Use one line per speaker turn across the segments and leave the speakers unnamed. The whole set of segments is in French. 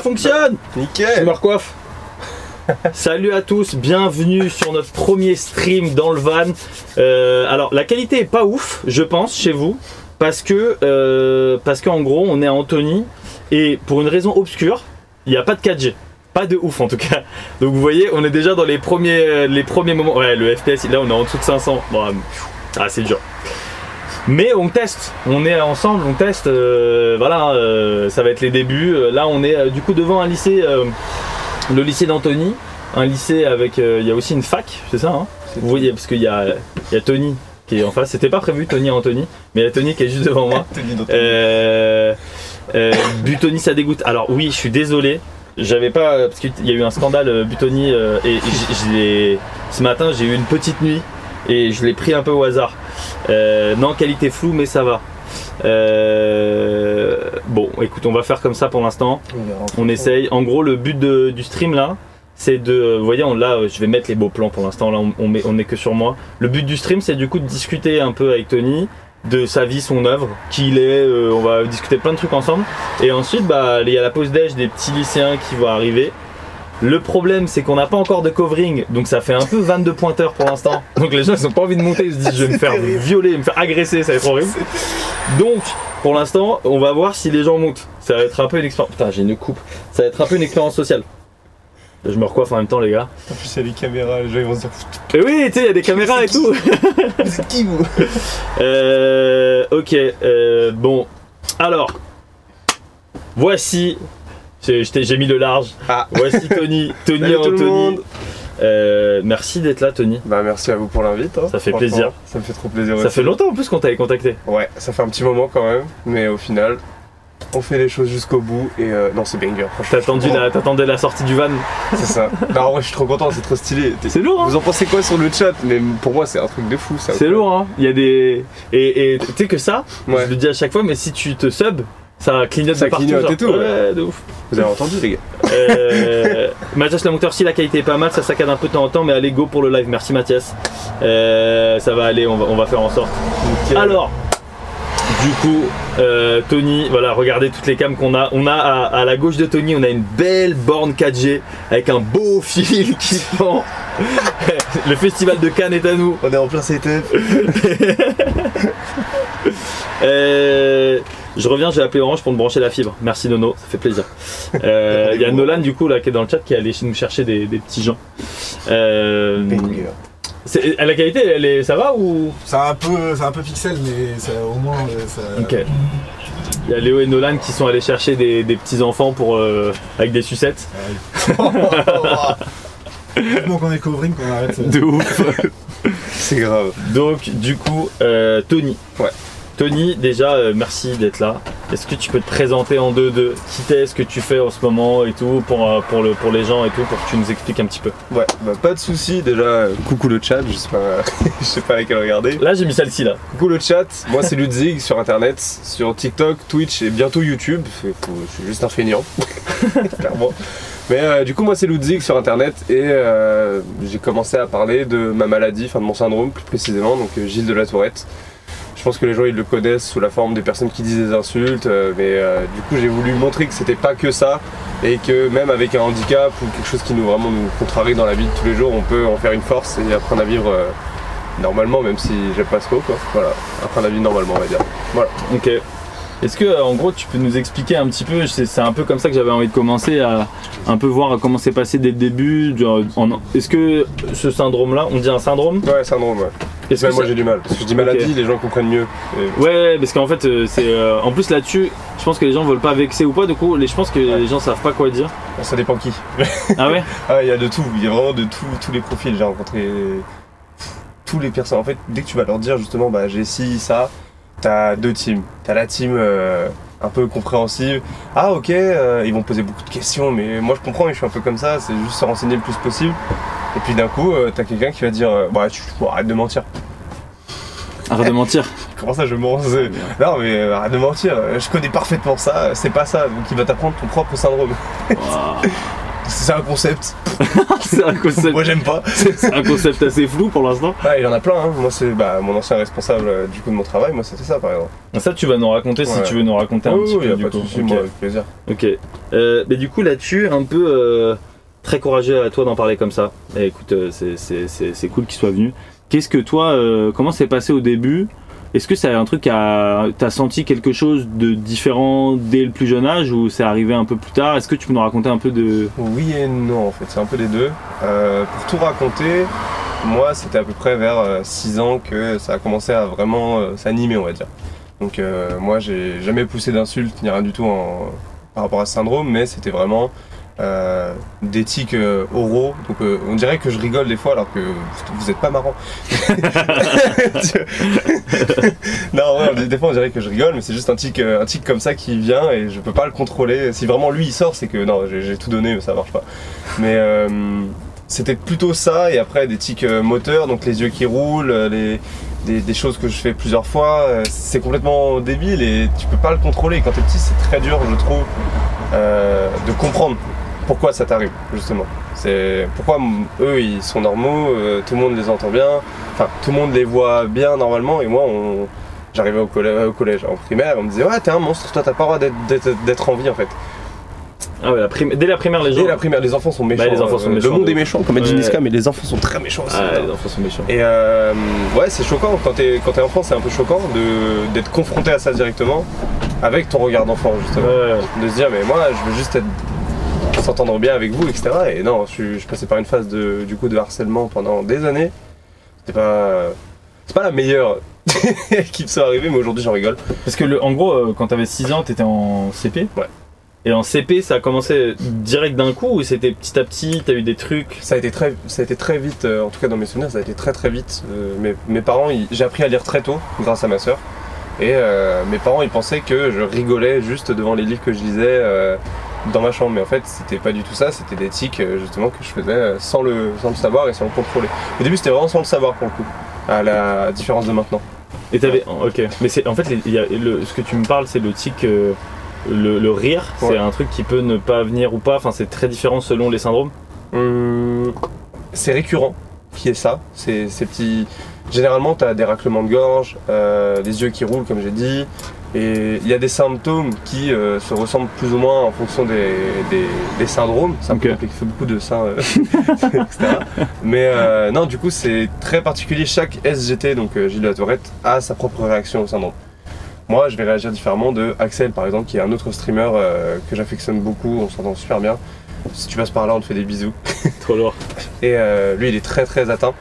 fonctionne Je
Nickel
me recoiffe. Salut à tous, bienvenue sur notre premier stream dans le van. Euh, alors la qualité est pas ouf, je pense, chez vous, parce que euh, parce qu'en gros on est à Antony et pour une raison obscure, il n'y a pas de 4G. Pas de ouf en tout cas. Donc vous voyez, on est déjà dans les premiers les premiers moments. Ouais, le FPS, là on est en dessous de 500. Bon, ah c'est dur. Mais on teste, on est ensemble, on teste. euh, voilà, euh, ça va être les débuts. Euh, Là, on est euh, du coup devant un lycée, euh, le lycée d'Antony, un lycée avec. euh, Il y a aussi une fac, c'est ça. Hein Vous voyez, parce qu'il y a, il y a Tony qui est en face. C'était pas prévu Tony et Anthony, mais il y a Tony qui est juste devant moi.
Tony dans ton-
Euh, euh, Butoni, ça dégoûte. Alors oui, je suis désolé. J'avais pas euh, parce qu'il y a eu un scandale euh, Butoni euh, et j- je l'ai- ce matin j'ai eu une petite nuit et je l'ai pris un peu au hasard. Euh, non, qualité floue, mais ça va. Euh, bon, écoute, on va faire comme ça pour l'instant. On essaye. En gros, le but de- du stream là, c'est de. Vous voyez, on, là, euh, je vais mettre les beaux plans pour l'instant. Là, on, on, met- on est que sur moi. Le but du stream, c'est du coup de discuter un peu avec Tony de sa vie, son œuvre, qui il est. euh, on va discuter plein de trucs ensemble. Et ensuite, bah, il y a la pause déj des petits lycéens qui vont arriver. Le problème, c'est qu'on n'a pas encore de covering, donc ça fait un peu 22 pointeurs pour l'instant. Donc les gens, ils ont pas envie de monter, ils se disent je vais me faire
terrible.
violer, me faire agresser, ça va être horrible. Donc, pour l'instant, on va voir si les gens montent. Ça va être un peu une expérience. Putain, j'ai une coupe. Ça va être un peu une expérience sociale. Je me recoiffe en même temps, les gars.
En plus, il y a les caméras, les gens ils vont se dire Pff,
Et oui, tu sais, il y a des caméras et tout.
Vous êtes qui vous
Euh, ok, euh, bon. Alors, voici. J'ai je t'ai- j'ai mis le large.
Ah.
Voici Tony. Tony
Salut tout le
Anthony.
monde.
Euh, merci d'être là, Tony.
Bah, merci à vous pour l'invite. hein.
Ça fait
Franchement,
plaisir.
Ça me fait trop plaisir
Ça
aussi.
fait longtemps en plus qu'on t'avait contacté.
Ouais, ça fait un petit moment quand même, mais au final, on fait les choses jusqu'au bout et euh, non, c'est banger, franchement.
T'attendais la, t'attendais la sortie du van.
C'est ça. Bah, en vrai, je suis trop content, c'est trop stylé.
C'est lourd, hein
Vous en pensez quoi sur le chat Mais pour moi, c'est un truc de fou ça.
C'est lourd, hein. Il y a des. Et et tu sais que ça,
Ouais.
je le dis à chaque fois, mais si tu te sub, ça clignote
Ça
de partout.
clignote
genre.
et tout, ouais.
Ouais, de ouf.
Vous avez entendu, les gars
Euh, Mathias le monteur, si la qualité est pas mal, ça saccade un peu de temps en temps, mais allez, go pour le live. Merci Mathias. Euh, ça va aller, on va, on va faire en sorte.
Nickel.
Alors, du coup, euh, Tony, voilà, regardez toutes les cams qu'on a. On a à, à la gauche de Tony, on a une belle borne 4G avec un beau fil qui pend. le festival de Cannes est à nous.
On est en plein setup.
Euh, je reviens, j'ai appelé Orange pour me brancher la fibre. Merci Nono, ça fait plaisir. Euh, Il y a Nolan du coup là qui est dans le chat qui est allé nous chercher des, des petits gens. Euh,
Banger.
c'est- la qualité, elle est, ça va ou
C'est un peu, c'est un peu pixel, mais ça, au moins euh, ça.
Ok. Il y a Léo et Nolan qui sont allés chercher des, des petits enfants pour euh, avec des sucettes.
Heureusement qu'on est covering, qu'on arrête. euh,
De ouf.
C'est grave.
Donc du coup, euh, Tony.
Ouais.
Tony, déjà, euh, merci d'être là. Est-ce que tu peux te présenter en deux deux Qui t'es, ce que tu fais en ce moment et tout pour euh, pour le pour les gens et tout pour que tu nous expliques un petit peu.
Ouais, bah pas de soucis, déjà, euh, coucou le chat, je sais pas, je sais pas laquelle regarder.
Là, j'ai mis celle-ci là.
Coucou le chat, moi c'est Ludzig sur internet, sur TikTok, Twitch et bientôt YouTube. Faut- faut- Je suis juste un feignant, clairement. Mais euh, du coup, moi c'est Ludzig sur internet et euh, j'ai commencé à parler de ma maladie, enfin de mon syndrome plus précisément, donc euh, Gilles de la Tourette. Je pense que les gens ils le connaissent sous la forme des personnes qui disent des insultes, euh, mais euh, du coup j'ai voulu montrer que c'était pas que ça et que même avec un handicap ou quelque chose qui nous vraiment nous contrarie dans la vie de tous les jours, on peut en faire une force et apprendre à vivre. euh, normalement, même si j'aime pas ce mot, quoi. Voilà, après la vie normalement, on va dire.
Ok. Est-ce que euh, en gros tu peux nous expliquer un petit peu C'est c'est un peu comme ça que j'avais envie de commencer à un peu voir comment c'est passé dès le début. genre, en- Est-ce que ce syndrome-là, on dit un syndrome
Ouais, syndrome, ouais.
Est-ce
Même
que
moi
ça-
j'ai du mal. Parce que je dis maladie, les gens comprennent mieux. Et-
Ouais, parce qu'en fait, euh, c'est euh, en plus là-dessus, je pense que les gens veulent pas vexer ou pas. Du coup, les- je pense que les gens savent pas quoi dire.
Ça dépend qui.
Ah ouais
Ah, il y a de tout, il y a vraiment de tout, tous les profils. J'ai rencontré tous les personnes. En fait, dès que tu vas leur dire justement, bah j'ai ci, ça, t'as deux teams. T'as la team euh, un peu compréhensive. Ah, ok, euh, ils vont poser beaucoup de questions, mais moi je comprends et je suis un peu comme ça, c'est juste se renseigner le plus possible. Et puis d'un coup, euh, t'as quelqu'un qui va dire, euh, bah tu bon, arrête de mentir.
Arrête de mentir.
Comment ça je mens euh, Non mais euh, arrête de mentir, euh, je connais parfaitement ça, euh, c'est pas ça, donc il va t'apprendre ton propre syndrome.
Waouh.
C'est un concept.
c'est un concept,
Moi, j'aime pas.
un concept assez flou pour l'instant.
Ah, il y en a plein. hein. Moi, c'est bah, mon ancien responsable euh, du coup de mon travail. Moi, c'était ça, par exemple.
Ça, tu vas nous raconter si
Ouais.
tu veux nous raconter un
Oui,
petit
oui,
peu
y a
du
pas de
coup.
souci,
Ok.
moi, avec plaisir.
Ok. Euh, mais du coup, là-dessus, un peu euh, très courageux à toi d'en parler comme ça. Et écoute, euh, c'est- c'est c'est- c'est cool qu'il soit venu. Qu'est-ce que toi, euh, comment c'est passé au début Est-ce que c'est un truc à. T'as senti quelque chose de différent dès le plus jeune âge ou c'est arrivé un peu plus tard Est-ce que tu peux nous raconter un peu de.
Oui et non, en fait, c'est un peu les deux. Euh, pour tout raconter, moi, c'était à peu près vers 6 ans que ça a commencé à vraiment euh, s'animer, on va dire. Donc, euh, moi, j'ai jamais poussé d'insultes ni rien du tout en- par rapport à ce syndrome, mais c'était vraiment euh, des tics euh, oraux. Donc, euh, on dirait que je rigole des fois alors que vous- vous n'êtes pas marrant. non, ouais, des fois, on dirait que je rigole, mais c'est juste un tic, euh, un tic comme ça qui vient et je peux pas le contrôler. Si vraiment lui il sort, c'est que non, j'ai j'ai tout donné, mais ça marche pas. Mais euh, c'était plutôt ça, et après des tics euh, moteurs, donc les yeux qui roulent, euh, les, des, des choses que je fais plusieurs fois, euh, c'est complètement débile et tu peux pas le contrôler. Quand t'es petit, c'est très dur, je trouve, euh, de comprendre pourquoi ça t'arrive, justement. C'est pourquoi m- eux ils sont normaux, euh, tout le monde les entend bien, enfin tout le monde les voit bien normalement, et moi on. J'arrivais au, collè- au collège, en primaire, on me disait Ouais, t'es un monstre, toi t'as pas le droit d'être- d'être d'être en vie en fait.
Ah ouais, la prim- dès la primaire, les gens.
Et la primaire, les enfants sont méchants.
les enfants sont
Euh,
méchants,
Le monde
de
est
ouf.
méchant, comme a dit
Ouais.
Niska, mais les enfants sont très méchants aussi.
Ah, les enfants sont méchants.
Et euh, ouais, c'est choquant. Quand t'es quand t'es enfant, c'est un peu choquant de- d'être confronté à ça directement avec ton regard d'enfant, justement.
Ouais.
De se dire, mais moi, je veux juste être s'entendre bien avec vous, etc. Et non, je, suis- je passais par une phase de, du coup de harcèlement pendant des années. C'était pas. C'est pas la meilleure qui me soit arrivée, mais aujourd'hui j'en rigole.
Parce que le, en gros, euh, quand t'avais 6 ans, t'étais en CP
Ouais.
Et en CP, ça a commencé direct d'un coup ou c'était petit à petit, t'as eu des trucs
Ça a été très, ça a été très vite, euh, en tout cas dans mes souvenirs, ça a été très très vite. Euh, mes, mes parents, ils- j'ai appris à lire très tôt grâce à ma sœur. Et euh, mes parents, ils pensaient que je rigolais juste devant les livres que je lisais euh, dans ma chambre. Mais en fait, c'était pas du tout ça, c'était des tics euh, justement que je faisais euh, sans le, sans le savoir et sans le contrôler. Au début, c'était vraiment sans le savoir pour le coup, à la différence de maintenant.
Et t'avais. Ok. Mais c'est en fait, les- il y a le- ce que tu me parles, c'est le tic. euh, le, le rire, c'est
Ouais.
un truc qui peut ne pas venir ou pas. Enfin, c'est très différent selon les syndromes.
Hum, c'est récurrent qui est ça. C'est ces petits. Généralement, tu as des raclements de gorge, euh, les yeux qui roulent, comme j'ai dit. Et il y a des symptômes qui euh, se ressemblent plus ou moins en fonction des, des- des syndromes. C'est un peu
Ok.
compliqué, il fait beaucoup de ça, euh, etc. Mais euh, non, du coup, c'est très particulier. Chaque SGT, donc euh, Gilles de la Tourette, a sa propre réaction au syndrome. Moi, je vais réagir différemment de Axel, par exemple, qui est un autre streamer euh, que j'affectionne beaucoup. On s'entend super bien. Si tu passes par là, on te fait des bisous.
Trop lourd.
Et euh, lui, il est très très atteint,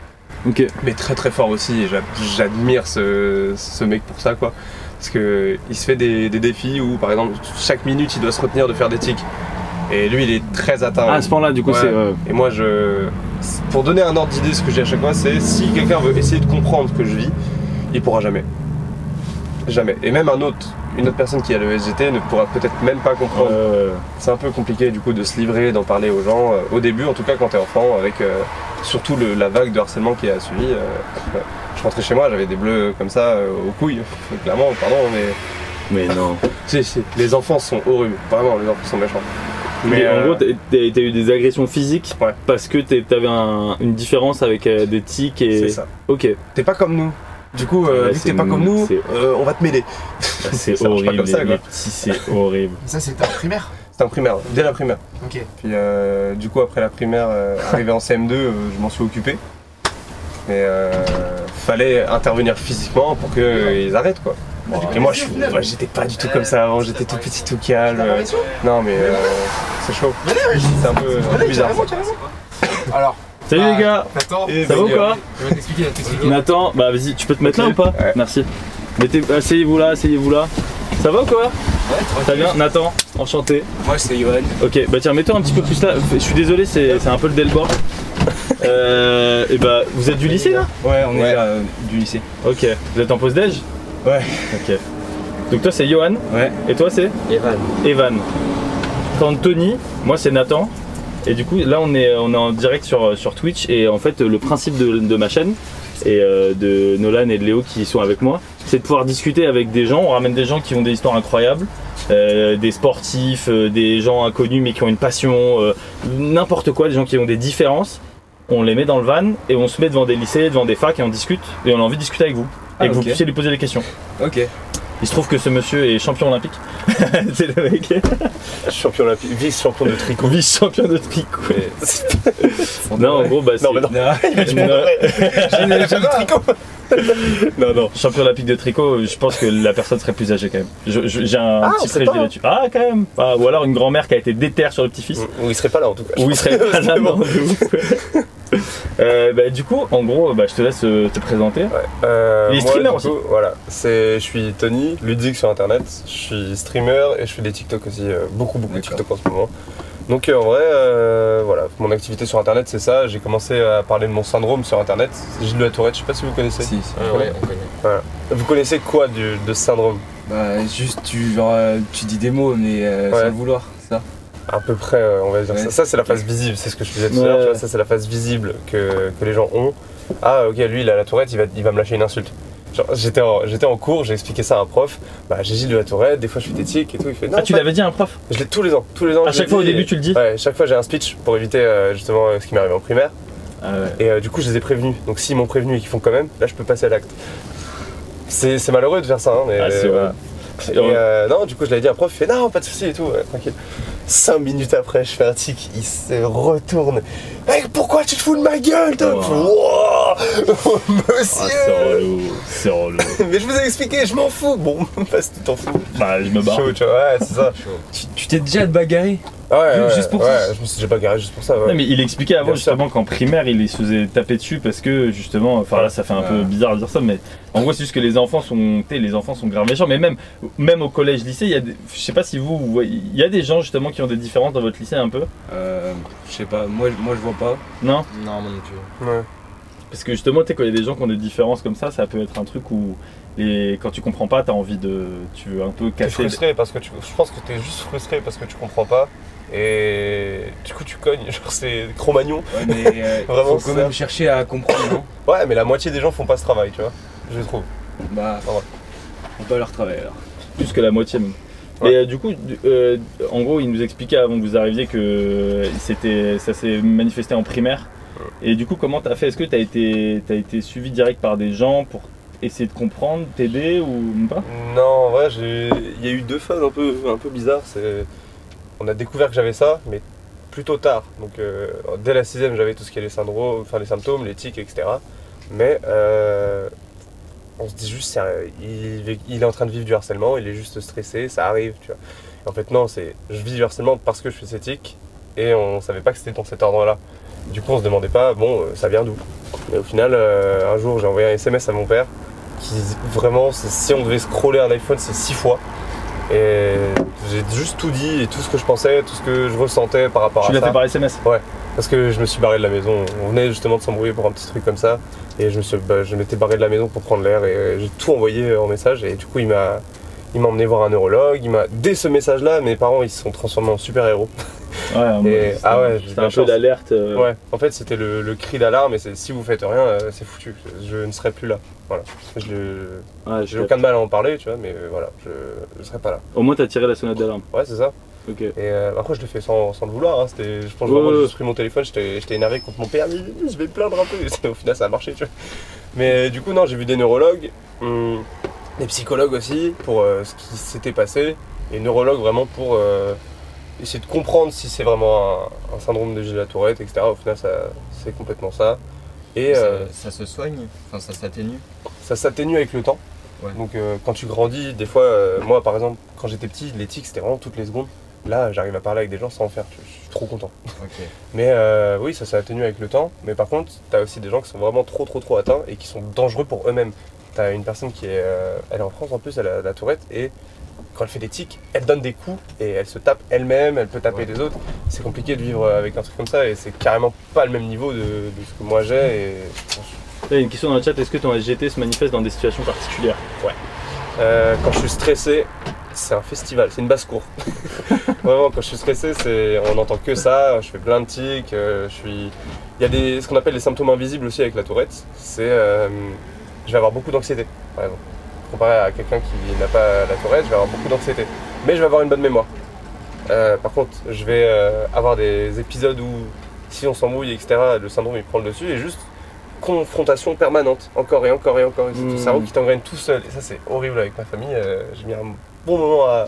Ok.
mais très très fort aussi. Et j'a- j'admire ce, ce mec pour ça, quoi. Parce que il se fait des, des défis où, par exemple, chaque minute, il doit se retenir de faire des tics. Et lui, il est très atteint.
à ce point-là, du coup,
Ouais.
c'est. euh,
Et moi, je. Pour donner un ordre d'idée, ce que je dis à chaque fois, c'est si quelqu'un veut essayer de comprendre ce que je vis, il pourra jamais. Jamais. Et même un autre, une autre personne qui a le SGT ne pourra peut-être même pas comprendre
euh,
c'est un peu compliqué du coup de se livrer, d'en parler aux gens, euh, au début en tout cas quand t'es enfant, avec euh, surtout le- la vague de harcèlement qui a suivi. euh, euh, je rentrais chez moi, j'avais des bleus comme ça euh, aux couilles, clairement, pardon, hein, mais
mais non.
si, si, les enfants sont horribles, vraiment, les enfants sont méchants.
Mais, en
euh,
gros, t'as- t'as t'as eu des agressions physiques
Ouais.
parce que t'es- t'avais un- une différence avec euh, des tics et.
c'est ça.
Ok.
T'es pas comme nous. Du coup, euh,
Ouais,
vu que t'es
c'est
pas comme
nous,
nous,
c'est-
euh, on va te mêler.
Ah, C'est
Ça marche pas
horrible.
comme ça,
les-
quoi.
les petits, c'est horrible.
Ça, c'était en primaire
C'était en primaire, dès la primaire.
Ok.
Puis euh, du coup après la primaire, euh, arrivé en CM2, euh, je m'en suis occupé. Mais euh, fallait intervenir physiquement pour qu'ils arrêtent quoi. Et moi je moi, j'étais pas du tout comme ça avant, j'étais tout petit, tout calme. euh, Non mais euh, c'est chaud. C'est un peu, un peu bizarre.
Alors,
Salut
Ah.
les gars
Nathan,
Et
Ça va ou
banger.
quoi
je vais t'expliquer, je vais t'expliquer.
Nathan, bah vas-y, tu peux te mettre là ou pas
Ouais.
Merci. Mettez- Asseyez-vous là, asseyez-vous là. Ça va ou quoi
Ouais,
Ça bien, Nathan, enchanté.
Moi c'est Yoann.
Ok, bah tiens, mets-toi un petit peu plus là. Je suis désolé, c'est c'est un peu le Delbord. Euh, et bah, vous êtes du lycée là
Ouais, on est
Ouais.
là, euh, du lycée.
Ok, vous êtes en pause déj
Ouais.
Ok. Donc toi c'est Johan
Ouais.
et toi c'est
Evan.
Evan. Quand Tony, moi c'est Nathan. Et du coup là on est, on est en direct sur, sur Twitch et en fait le principe de, de ma chaîne et euh, de Nolan et de Léo qui sont avec moi, c'est de pouvoir discuter avec des gens. On ramène des gens qui ont des histoires incroyables, euh, des sportifs, euh, des gens inconnus mais qui ont une passion, euh, n'importe quoi, des gens qui ont des différences. On les met dans le van et on se met devant des lycées, devant des facs et on discute et on a envie de discuter avec vous et
Ah,
que vous
ok.
puissiez lui poser des questions.
Ok.
Il se trouve que ce monsieur est champion olympique. c'est le mec,
Champion olympique, vice-champion de tricot.
vice-champion de tricot.
Mais-
Non, en gros, bah, c'est-
non, mais non.
Non.
tricot.
Non, non, champion olympique de tricot, je pense que la personne serait plus âgée quand même. Je- je- J'ai un
Ah, on
petit
sait
préjugé
pas.
là-dessus. Ah, quand même Ah, Ou alors une grand-mère qui a été déterre sur le petit-fils.
Ou il serait pas là en tout cas.
Ou il serait pas là,
Exactement.
non, de ouf. Euh, bah, Du coup, en gros, bah, je te laisse euh, te présenter.
Euh,
Il est
moi,
streamer
du
aussi.
coup, Voilà, c'est, je suis Tony, ludique sur internet, je suis streamer et je fais des TikTok aussi, euh, beaucoup beaucoup de
D'accord.
TikTok en ce moment. Donc euh, en vrai, euh, voilà, mon activité sur internet c'est ça, j'ai commencé à parler de mon syndrome sur internet, c'est Gilles de la Tourette, je sais pas si vous connaissez.
Si, si.
Ah ouais,
on connaît.
Vous connaissez quoi du- de ce syndrome
Bah, juste, tu, genre, euh, tu dis des mots, mais euh,
Ouais.
sans le vouloir, c'est ça.
À peu près, euh, on va dire
Ouais.
ça. Ça, c'est la face visible, c'est ce que je disais tout à
Ouais,
l'heure. tu vois,
ouais.
Ça, c'est la face visible que, que les gens ont. Ah, ok, lui, il a la tourette, il va, il va me lâcher une insulte. Genre, J'étais en, j'étais en cours, j'ai expliqué ça à un prof. Bah, j'ai Gilles de la tourette, des fois je suis des tics et tout. Il fait non,
Ah, tu
ça-
l'avais dit à un prof
Je l'ai tous les ans. Tous les ans
À
je
chaque
le
fois au
dis
début,
et-
tu le dis
Ouais, chaque fois j'ai un speech pour éviter euh, justement euh, ce qui m'est arrivé en primaire.
Ah ouais.
Et euh, du coup, je les ai prévenus. Donc, s'ils m'ont prévenu et qu'ils font quand même, là, je peux passer à l'acte. C'est c'est malheureux de faire ça, hein, mais.
Ah, c'est
voilà.
C'est
Et,
horrible.
euh, non, du coup, je l'avais dit à un prof, il fait non, pas de soucis et tout, ouais, tranquille. Cinq minutes après, je fais un tic, il se retourne. Mec, pourquoi tu te fous de ma gueule toi
Oh.
Je fais, Wouah Oh,
Ah, c'est
Monsieur
relou, c'est relou.
Mais je vous ai expliqué, je m'en fous Bon, parce que tu t'en fous.
Bah, je me barre.
Chaud, tu vois, ouais, c'est ça.
Tu- Tu t'es déjà bagarré
Ouais, ouais,
Juste pour
ouais,
ça.
je me suis déjà bagarré juste pour ça. ouais.
Non, mais il expliquait avant
Bien sûr.
justement qu'en primaire il se faisait taper dessus parce que justement, enfin là ça fait un
Ouais.
peu bizarre de dire ça, mais en gros c'est juste que les enfants sont, t'sais, les enfants sont grave méchants, mais même, même au collège lycée, il y a des, je sais pas si vous, vous voyez- il y a des gens justement qui ont des différences dans votre lycée un peu,
Euh, je sais pas, moi, moi je vois pas.
non
Non, moi non plus.
Ouais.
Parce que justement, tu sais, quand il y a des gens qui ont des différences comme ça, ça peut être un truc où les, quand tu comprends pas, t'as envie de, tu veux un peu
T'es
casser.
frustré parce que tu. Je pense que t'es juste frustré parce que tu comprends pas. Et du coup, tu cognes. Genre, c'est Cro-Magnon.
Ouais, mais euh,
Vraiment,
faut
c'est
quand même chercher à comprendre,
hein.
non
Ouais, mais la moitié des gens font pas ce travail, tu vois. Je trouve.
Bah,
Ah ouais.
on peut leur travailler alors.
plus que la moitié même.
Ouais.
Et euh, du coup, du- euh, en gros, il nous expliquait avant que vous arriviez que c'était, ça s'est manifesté en primaire. Et du coup, comment t'as fait Est-ce que t'as été, t'as été suivi direct par des gens pour essayer de comprendre, t'aider ou même pas
Non, en vrai, j'ai- il y a eu deux phases un peu, un peu bizarres. C'est... On a découvert que j'avais ça, mais plutôt tard. Donc, euh, dès la sixième, j'avais tout ce qui est les syndromes, enfin les symptômes, les tics, etc. Mais euh, on se dit juste, c'est un- il, est- il est en train de vivre du harcèlement, il est juste stressé, ça arrive, tu vois. Et en fait, non, c'est je vis du harcèlement parce que je suis sceptique et on savait pas que c'était dans cet ordre-là. Du coup, on se demandait pas, bon, euh, ça vient d'où Et au final, euh, un jour, j'ai envoyé un SMS à mon père qui vraiment, c'est- si on devait scroller un iPhone, c'est six fois. Et j'ai juste tout dit et tout ce que je pensais, tout ce que je ressentais par rapport
Tu
à
l'as
ça.
fait par SMS.
Parce que je me suis barré de la maison. On venait justement de s'embrouiller pour un petit truc comme ça. Et je me suis, bah, je m'étais barré de la maison pour prendre l'air. Et euh, j'ai tout envoyé euh, en message. Et du coup, il m'a, il m'a emmené voir un neurologue. Il m'a, dès ce message-là, mes parents, ils se sont transformés en super-héros.
Ouais, moi,
Et-
c'était-
ah ouais, j'ai
c'était
de
un
la
peu
chance.
l'alerte. euh,
Ouais. En fait, c'était le, le cri d'alarme. Et c'est, si vous faites rien, euh, c'est foutu. Je, je ne serai plus là. Voilà. Je,
ouais,
j'ai
je-
aucun mal à en parler, tu vois. Mais euh, voilà, je, je serai pas là.
Au moins, t'as tiré la sonnette d'alarme.
Ouais, c'est ça.
Ok.
Et euh, après, je l'ai fait sans, sans le vouloir. hein. C'était, je pense
Ouais,
vraiment,
ouais.
j'ai juste pris mon téléphone, j'étais j'étais énervé contre mon père. mais Je vais me plaindre un peu. Au final, ça a marché, tu vois. Mais euh, du coup, non, j'ai vu des neurologues, hum, des psychologues aussi, pour euh, ce qui s'était passé. Et neurologues vraiment pour euh, essayer de comprendre si c'est vraiment un, un syndrome de Gilles de la Tourette, etc. Au final, ça, c'est complètement ça. Et euh,
ça, ça se soigne, enfin ça s'atténue.
ça s'atténue avec le temps.
Ouais.
Donc euh, quand tu grandis, des fois, euh, moi par exemple, quand j'étais petit, les tics c'était vraiment toutes les secondes. Là, j'arrive à parler avec des gens sans en faire. Je je suis trop content.
Ok.
Mais euh, oui, ça s'est atténué avec le temps. Mais par contre, t'as aussi des gens qui sont vraiment trop, trop, trop atteints et qui sont dangereux pour eux-mêmes. T'as une personne qui est, euh, elle est en France en plus, elle a la tourette et quand elle fait des tics, elle donne des coups et elle se tape elle-même, elle peut taper
Ouais.
les autres. C'est compliqué de vivre avec un truc comme ça et c'est carrément pas le même niveau de, de ce que moi j'ai. Et
Là, il y a une question dans le chat est-ce que ton SGT se manifeste dans des situations particulières
Euh, quand je suis stressé, c'est un festival, c'est une basse-cour. Vraiment, quand je suis stressé, c'est, on n'entend que ça, je fais plein de tics, euh, je suis... Il y a des, ce qu'on appelle les symptômes invisibles aussi avec la tourette, c'est... euh, je vais avoir beaucoup d'anxiété, par exemple. Comparé à quelqu'un qui n'a pas la tourette, je vais avoir beaucoup d'anxiété. Mais je vais avoir une bonne mémoire. Euh, par contre, je vais euh, avoir des épisodes où, si on s'embrouille, etc., le syndrome il prend le dessus et juste confrontation permanente, encore et encore et encore. Et c'est
Mm.
ton cerveau qui t'engraine tout seul. Et ça, c'est horrible avec ma famille. euh, J'ai mis un bon moment à,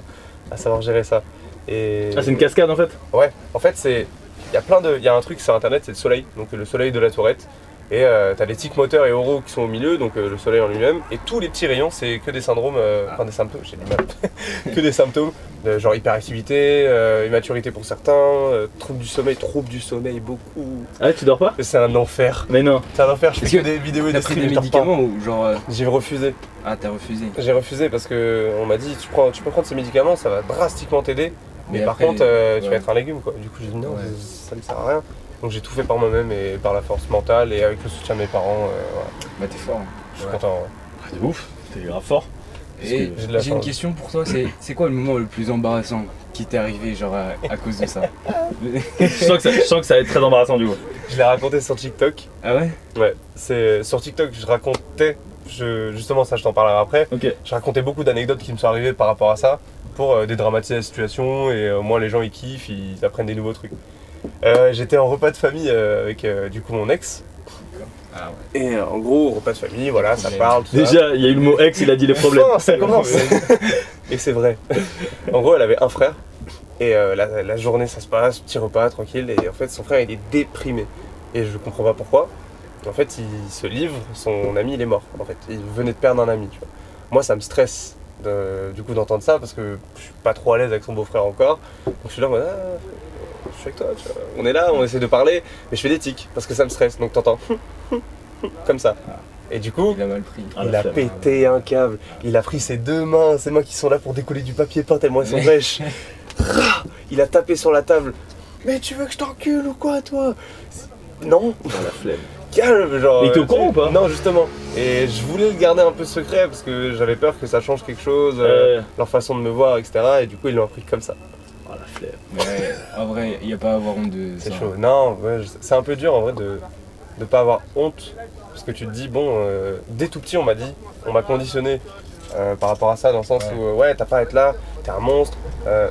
à savoir gérer ça. Et
Ah, c'est une cascade en fait.
Ouais, en fait, c'est. Il y a plein de. Il y a un truc sur internet, c'est le soleil, donc le soleil de la tourette. Et tu t'as les tics moteurs et oraux qui sont au milieu, donc euh, le soleil en lui-même. Et tous les petits rayons, c'est que des syndromes. euh, Enfin, des symptômes, j'ai du mal. que des symptômes, de genre hyperactivité, euh, immaturité pour certains, euh, troubles du sommeil, troubles du sommeil, beaucoup.
Ah, tu dors pas
Et C'est un enfer.
Mais non.
C'est un enfer, je fais
Est-ce
que
que
des vidéos et
T'as
des
pris
streams.
des
je dors pas.
médicaments ou genre. euh,
J'ai refusé.
Ah, t'as refusé.
J'ai refusé parce que on m'a dit tu prends tu peux prendre ces médicaments, ça va drastiquement t'aider. Mais,
Mais
par
après,
contre euh, tu
ouais.
vas être un légume quoi. Du coup j'ai dit non
Ouais.
ça ne sert à rien. Donc j'ai tout fait par moi-même et par la force mentale et avec le soutien de mes parents, euh, voilà.
Bah, t'es fort. hein.
je suis
Ouais.
content. ouais.
C'est ouf, c'est grave fort. Parce
Et
que- J'ai de la
j'ai
chance.
une question pour toi c'est c'est quoi le moment le plus embarrassant qui t'est arrivé, genre à, à cause de ça
je, sens que ça, je sens que ça va être très embarrassant du coup.
Je l'ai raconté sur TikTok.
Ah ouais
Ouais, c'est sur TikTok je racontais, je, justement ça je t'en parlerai après,
Ok.
je racontais beaucoup d'anecdotes qui me sont arrivées par rapport à ça pour euh, dédramatiser la situation et euh, au moins les gens ils kiffent, ils apprennent des nouveaux trucs. Euh, J'étais en repas de famille euh, avec euh, du coup mon ex.
Ah
Et euh, en gros, repas de famille, voilà, ça
Problème.
parle, tout ça.
Déjà, il y a eu le mot ex, il a dit les problèmes.
Enfin, Oh, ça commence. et c'est vrai. En gros, elle avait un frère. Et euh, la, la journée, ça se passe, petit repas, tranquille. Et en fait, son frère, il est déprimé. Et je comprends pas pourquoi. En fait, il se livre, son ami, il est mort. En fait, il venait de perdre un ami. Tu vois. Moi, ça me stresse de- du coup d'entendre ça parce que je suis pas trop à l'aise avec son beau-frère encore. Donc je suis là en mode, Ah, je suis avec toi. tu vois. On est là, on essaie de parler, mais je fais des tics parce que ça me stresse. Donc t'entends comme ça. Et du coup,
Il a mal pris.
Ah,
il
la
a
flemme.
pété un câble. Il a pris ses deux mains, ses mains qui sont là pour décoller du papier peint tellement elles sont fraîches. Rah il a tapé sur la table. Mais tu veux que je t'encule ou quoi, toi Non,
la flemme.
calme, genre.
Mais il était au
euh,
courant ou pas
Non, justement. Et je voulais le garder un peu secret parce que j'avais peur que ça change quelque chose, euh,
Euh,
leur façon de me voir, etc. Et du coup, ils l'ont pris comme ça.
oh, la flemme.
Ouais, en vrai, il n'y a pas à avoir honte de
C'est
ça.
chaud. Non, ouais, je- c'est un peu dur en vrai de ne pas avoir honte. Parce que tu te dis, bon, euh, dès tout petit, on m'a dit, on m'a conditionné euh, par rapport à ça, dans le sens
Ouais.
où, euh, ouais, t'as pas à être là, t'es un monstre. Euh,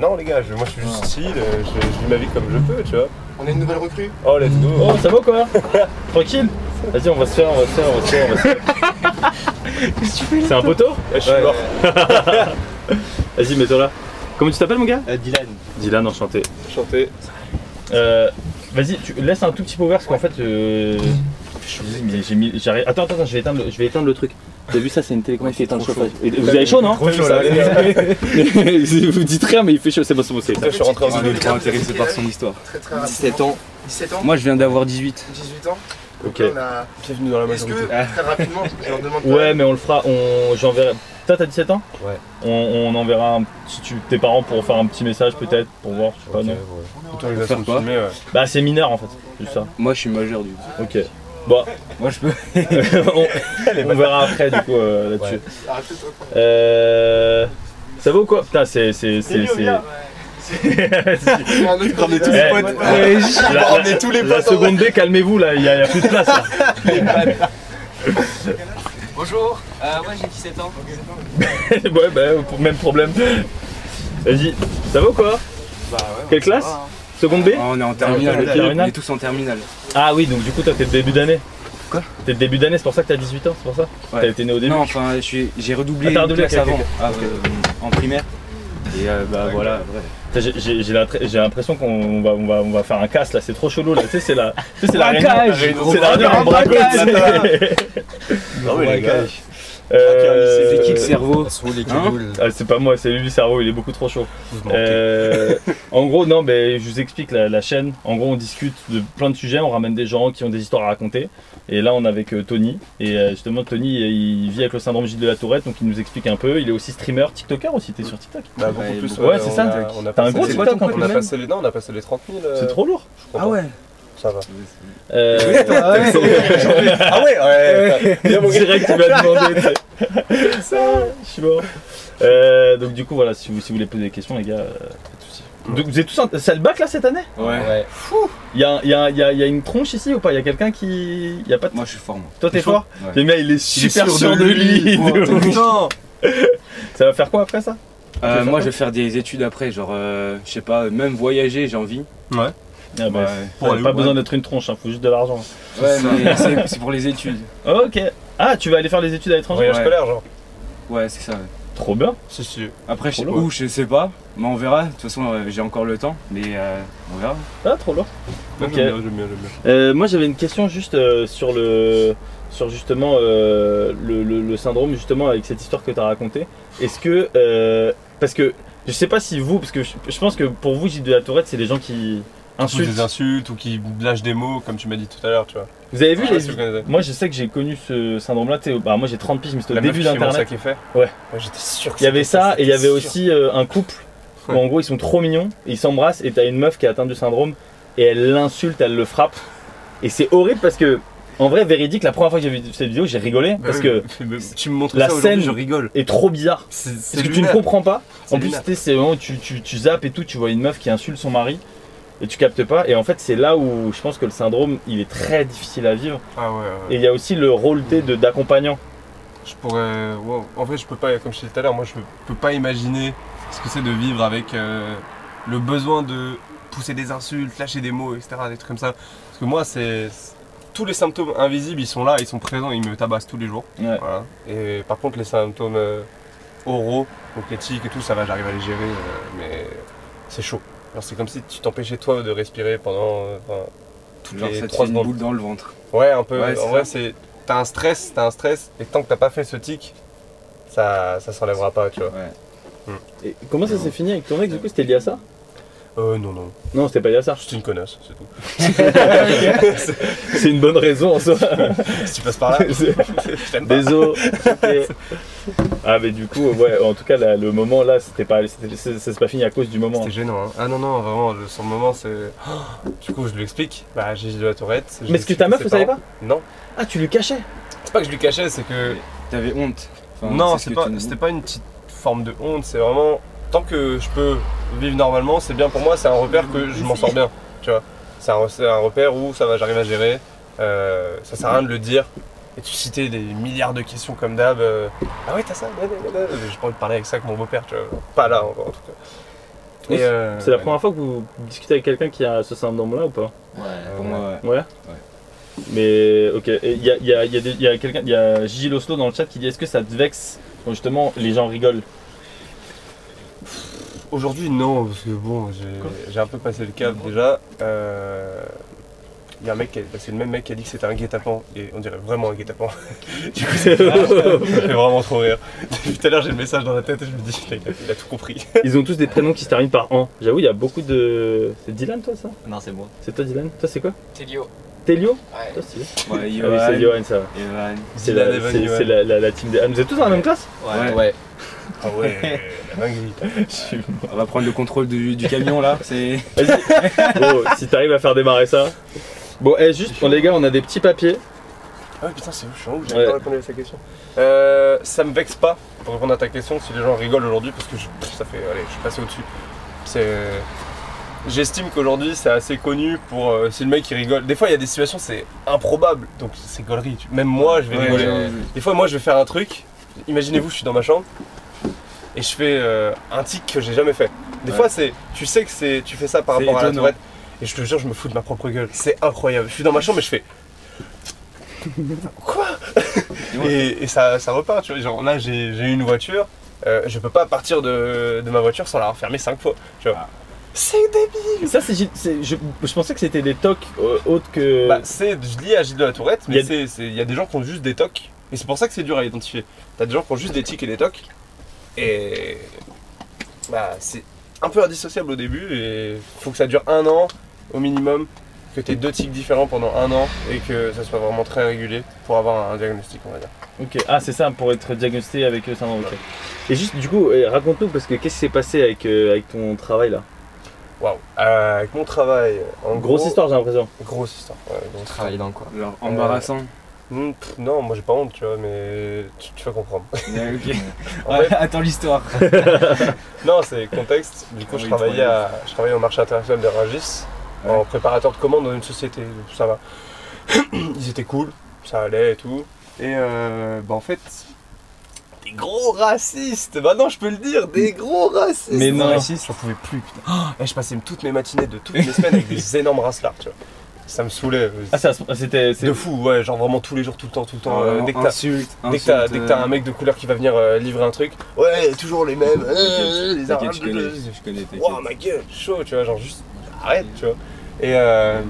non, les gars, je- moi je suis juste
Ouais.
chill, euh, je, je vis ma vie comme je peux, tu vois.
On a une nouvelle recrue
Oh, let's go.
Oh, ça va ou quoi Tranquille Vas-y, on va se faire, on va se faire, on va se faire. on va se faire. C'est un poteau
je suis mort.
Vas-y, mets-toi là. Comment tu t'appelles, mon gars
Dylan.
Dylan, enchanté.
Chanté.
Euh, Vas-y, tu laisses un tout petit peu ouvert parce qu'en fait, euh, je- mais j'ai mis, j'arrive- Attends, attends, attends, je vais éteindre le, je vais éteindre le truc. T'as vu ça, c'est une télécommande qui éteint le chauffage. Et vous avez chaud, non
Trop chaud, là.
Vous dites rien, mais il fait chaud. C'est bon, c'est bon, c'est bon.
Je suis rentré en
On est
double.
trop intéressé par son histoire.
Très très rapidement.
17 ans.
17 ans
Moi, je viens d'avoir 18.
18 ans
Ok.
On a-
Bienvenue dans la
Est-ce
majorité.
que, très rapidement, je leur demande
Ouais, mais on le fera. On, j'enverrai. Toi, t'as 17 ans
Ouais.
On, on enverra un, si tu, tes parents pour faire un petit message peut-être pour voir. Je sais pas,
Ok,
non.
ouais. Autorisation
Faire
de
quoi
filmer, ouais.
Bah, c'est mineur en fait. Juste ça.
Moi, je suis majeur du coup.
Ok. Bon,
Moi, je peux.
on, on verra après du coup euh, là-dessus.
Ouais.
Arrête-toi.
Euh, ça va ou quoi Putain, c'est. C'est. C'est. c'est-
Il y a un autre
Ramenez tous
Eh,
les potes.
ouais. La- la-
Ramenez tous les
La
potes. en vrai.
seconde D, calmez-vous là, il n'y a, y a plus de place. là.
Bonjour, euh, moi j'ai 17 ans.
ouais, bah, pour- même problème. Vas-y, ça va ou quoi
Bah
Quelle classe
va, hein.
Seconde B
Ah, on est en terminale.
terminale.
On est tous en terminale.
Ah oui, donc du coup, toi, t'es de début d'année.
Quoi
T'es de début d'année, c'est pour ça que t'as 18 ans, c'est pour ça
Ouais.
T'as été né au début
Non, enfin, je suis- j'ai
Ah,
redoublé
t'as
une
redoublé,
classe
ok, ok,
avant,
ok.
ah, euh, en primaire. Et euh, bah voilà, ouais.
Putain, j'ai- J'ai j'ai l'impré- j'ai l'impression qu'on on va, on va, on va faire un casse là, c'est trop chelou là. Tu sais, c'est la, tu sais, c'est la réunion.
Braquage
C'est la réunion en braquage.
Non, mais les gars,
Euh,
C'est qui le cerveau
Eh
Hein
Ah, c'est pas moi, c'est lui le cerveau, il est beaucoup trop chaud.
vous mentez.
Euh, en gros, non, mais je vous explique la, la chaîne. En gros, on discute de plein de sujets, on ramène des gens qui ont des histoires à raconter. Et là, on est avec euh, Tony. Et euh, justement, Tony, il vit avec le syndrome Gilles de la Tourette, donc il nous explique un peu. Il est aussi streamer, TikToker aussi, t'es sur TikTok.
Bah,
Ouais,
beaucoup plus.
beaucoup.
Ouais, c'est ça.
on a- on a
T'as un
passé
gros
les-
TikTok hein, en
On a
plus.
passé les, non, on a passé les 30 000. euh,
C'est trop lourd.
je crois
Ah
pas.
ouais
ça va.
Euh,
Ah ouais, ouais, ouais.
direct, il m'a demandé. t'sais. Ça, je suis mort. Euh, donc, du coup, voilà, si vous, si vous voulez poser des questions, les gars, euh, pas de soucis. Donc, vous êtes tous. en- C'est le bac là cette année
Ouais.
Il y a, il y, a, il y a- il y a une tronche ici ou pas Il y a quelqu'un qui. Il y a pas de.
Moi, je suis fort, moi.
Toi, t'es fort
Ouais.
Le mec, il est
Il est
super sûr, de lui. de ouf. ça va faire quoi après ça
Euh,
veux
moi,
faire
je vais faire des études après, genre, euh, je sais pas, même voyager, j'ai envie.
Ah, bah,
Pour aller
Pas
où,
besoin d'être une tronche, hein, faut juste de l'argent.
Ouais, mais c'est- c'est pour les études.
Ok. Ah, tu vas aller faire les études à l'étranger
Voyage
Ouais.
scolaire, genre.
Ouais, c'est ça. ouais.
Trop bien.
Si, si.
Après, je sais
Trop lourd.
où, je sais pas, mais on verra. De toute façon, euh, j'ai encore le temps, mais euh, on verra.
Ah, trop lourd.
Non,
Ok.
J'aime bien, j'aime bien, j'aime bien.
Euh, moi, j'avais une question juste euh, sur le sur justement euh, le, le- le syndrome justement avec cette histoire que tu as racontée. Est-ce que euh, parce que je sais pas si vous parce que je, je pense que pour vous Gilles de la Tourette c'est des gens qui
Ou des
insultent.
insultes ou qui lâchent des mots, comme tu m'as dit tout à l'heure, tu vois.
Vous avez vu
Je sais pas
les
si vous connaissez.
Moi je sais que j'ai connu ce syndrome là, bah, moi j'ai 30 piges mais c'était au
La meuf
début
qui fait mon
d'internet.
sac est fait
Ouais.
J'étais sûr que
Il y avait ça et il y avait
sûr.
aussi euh, un couple où en gros ils sont trop mignons, ils s'embrassent et t'as une meuf qui a atteint du syndrome et elle l'insulte, elle le frappe. Et c'est horrible parce que en vrai véridique la première fois que j'ai vu cette vidéo j'ai rigolé
Bah
parce que
Tu me montres
La
ça aujourd'hui,
scène-
je rigole.
est trop bizarre.
C'est c'est
Parce que tu ne
lunaire.
comprends pas. En
C'est
plus
lunaire.
tu sais, c'est le moment où tu, tu, tu zappes et tout, tu vois une meuf qui insulte son mari et tu captes pas. Et en fait c'est là où je pense que le syndrome il est très difficile à vivre.
Ah ouais, ouais.
Et il y a aussi le rôle D de- d'accompagnant.
Je pourrais. wow. En vrai, je peux pas, comme je disais tout à l'heure, moi je peux pas imaginer ce que c'est de vivre avec euh, le besoin de pousser des insultes, lâcher des mots, etc. Des trucs comme ça. Parce que moi, c'est. c'est- Tous les symptômes invisibles, ils sont là, ils sont présents, ils me tabassent tous les jours.
Ouais.
Voilà. Et par contre, les symptômes euh, oraux, donc les tics et tout, ça va, j'arrive à les gérer, euh, mais c'est chaud. Alors, C'est comme si tu t'empêchais toi de respirer pendant. euh, enfin, toutes
Genre,
les
ça te fait
trois
une
secondes.
boule dans le ventre.
Ouais, un peu.
Ouais, c'est
en vrai,
ça.
c'est. T'as un stress, t'as un stress, et tant que t'as pas fait ce tic, ça, ça s'enlèvera pas, tu vois.
Ouais.
Et comment ça s'est fini avec ton ex du coup c'était lié à ça
Euh, non, non,
Non c'était pas lié à ça.
c'est une connasse, c'est tout.
C'est une bonne raison en soi.
si tu passes par là,
C'est-
je t'aime pas.
Désolé. ah mais du coup ouais en tout cas là, le moment là c'était pas c'était- c'est- c'est pas fini à cause du moment.
C'était gênant, hein. Ah non, non, vraiment, le, sur le moment, c'est. Oh, du coup, je lui explique. Bah, j'ai de la tourette.
Mais est-ce que ta meuf vous savez pas
Non.
Ah tu lui cachais
C'est pas que je lui cachais, c'est que.
T'avais honte. Enfin,
non,
ce
c'est
que
pas,
tu me dis.
c'était pas une petite forme de honte, c'est vraiment. Tant que je peux vivre normalement, c'est bien pour moi, c'est un repère que je m'en sors bien, tu vois. C'est un, c'est un repère où ça va, j'arrive à gérer. euh, ça sert à rien de le dire. Et tu citais des milliards de questions comme d'hab. euh, ah ouais, t'as ça ouais, ouais, ouais, ouais. J'ai pas envie de parler avec ça avec mon beau-père, tu vois. Pas là, en, en tout cas.
Oui,
euh,
C'est la
ouais,
première fois que vous discutez avec quelqu'un qui a ce syndrome là ou pas
Pour moi, ouais.
Ouais. Mais ok, Et il y a, il y a, il y a des- il y a quelqu'un, il y a Gilles Oslo dans le chat qui dit est-ce que ça te vexe quand justement les gens rigolent
Aujourd'hui, non, parce que bon, j'ai- j'ai un peu passé le cap déjà. Euh, Il y a un mec, qui a- c'est le même mec qui a dit que c'était un guet-apens, et on dirait vraiment un guet-apens. du coup, c'est fait vraiment trop rire. Depuis tout à l'heure, j'ai le message dans la tête et je me dis, il a, il a tout compris.
Ils ont tous des prénoms qui se terminent par an. J'avoue, il y a beaucoup de. C'est Dylan toi ça
Non, c'est moi.
C'est toi Dylan Toi c'est quoi
Télio.
Télio
Ouais.
Toi c'est.
Ouais,
Ah oui, c'est
Johan,
Johan ça.
Evan.
C'est
Dylan,
la,
Evan,
c'est-
Johan.
c'est la, la, la team des. Ah, vous êtes tous dans la même classe
Ouais.
Ouais.
Ah ouais, la dinguerie.
On va prendre le contrôle du, du camion là. C'est.
Vas-y. Bon, si t'arrives à faire démarrer ça. Bon, eh, juste, on- les gars, on a des petits papiers.
Ah ouais, putain, c'est ouf, je suis en ouf,
Ouais.
j'avais pas répondu à sa question. Euh, ça me vexe pas, pour répondre à ta question, si les gens rigolent aujourd'hui, parce que je- pff, ça fait. Allez, je suis passé au-dessus. C'est. J'estime qu'aujourd'hui, c'est assez connu pour. euh, si le mec il rigole. Des fois, il y a des situations, c'est improbable, donc c'est gaulerie. tu- Même moi, je vais
Ouais,
rigoler.
ouais, ouais.
Des fois, moi, je vais faire un truc. Imaginez-vous, je suis dans ma chambre et je fais euh, un tic que j'ai jamais fait. Des
Ouais.
fois, c'est, tu sais que c'est, tu fais ça par
C'est
rapport à la
étonnant.
tourette. Et je te jure, je me fous de ma propre gueule. C'est incroyable. Je suis dans ma chambre et je fais. Quoi Et, et ça, ça repart, tu vois. Genre là, j'ai, j'ai une voiture. euh, je peux pas partir de, de ma voiture sans la refermer 5 fois. Tu
Ah.
vois. C'est débile.
Ça, c'est. c'est- je, je pensais que c'était des tocs euh, autres que.
Bah, c'est lié à Gilles de la Tourette,
Y a-
mais c'est- c'est- il y a des gens qui ont juste des tocs. Et c'est pour ça que c'est dur à identifier. T'as des gens qui ont juste des tics et des tocs. Et. Bah, c'est un peu indissociable au début. Et faut que ça dure un an au minimum. Que t'aies deux tics différents pendant un an. Et que ça soit vraiment très régulier pour avoir un diagnostic, on va dire.
Ok, ah, c'est ça, pour être diagnostiqué avec le syndrome. ok. Et juste, du coup, eh, raconte-nous, parce que qu'est-ce qui s'est passé avec, euh, avec ton euh, travail là
Waouh. Euh, Avec mon travail, en
Grosse
gros-
histoire, j'ai l'impression.
Grosse histoire. ouais, grosse histoire.
Travailler dans quoi
Genre
Euh,
embarrassant.
Hmm, pff, non, moi j'ai pas honte, tu vois, mais tu, tu vas comprendre.
Ouais, ok.
En
Ouais,
fait,
attends l'histoire.
non, c'est contexte. Du coup,
Ah
je
oui,
travaillais,
trop
à, je travaillais au marché international de Rungis,
Ouais.
en préparateur de commandes dans une société. donc Ça va. Ils étaient cool, ça allait et tout. Et euh, bah en fait, des gros racistes. Bah non, je peux le dire, des gros racistes.
Mm. Mais non.
racistes, j'en pouvais plus. Putain. Oh, et je passais toutes mes matinées de toutes mes semaines avec des énormes racelars, tu vois. Ça me saoulait.
Ah, ça, c'était. c'est-
de fou, ouais, genre vraiment tous les jours, tout le temps, tout le temps. euh, dès que t'as-
Oh, insulte,
Dès que t'as dès que t'as un mec de couleur qui va venir euh, livrer un truc, ouais, toujours les mêmes, euh, les arabes,
je connais, je connais. t'inquiète.
Waouh, ma gueule, chaud, tu vois, genre juste arrête, tu vois. Et euh,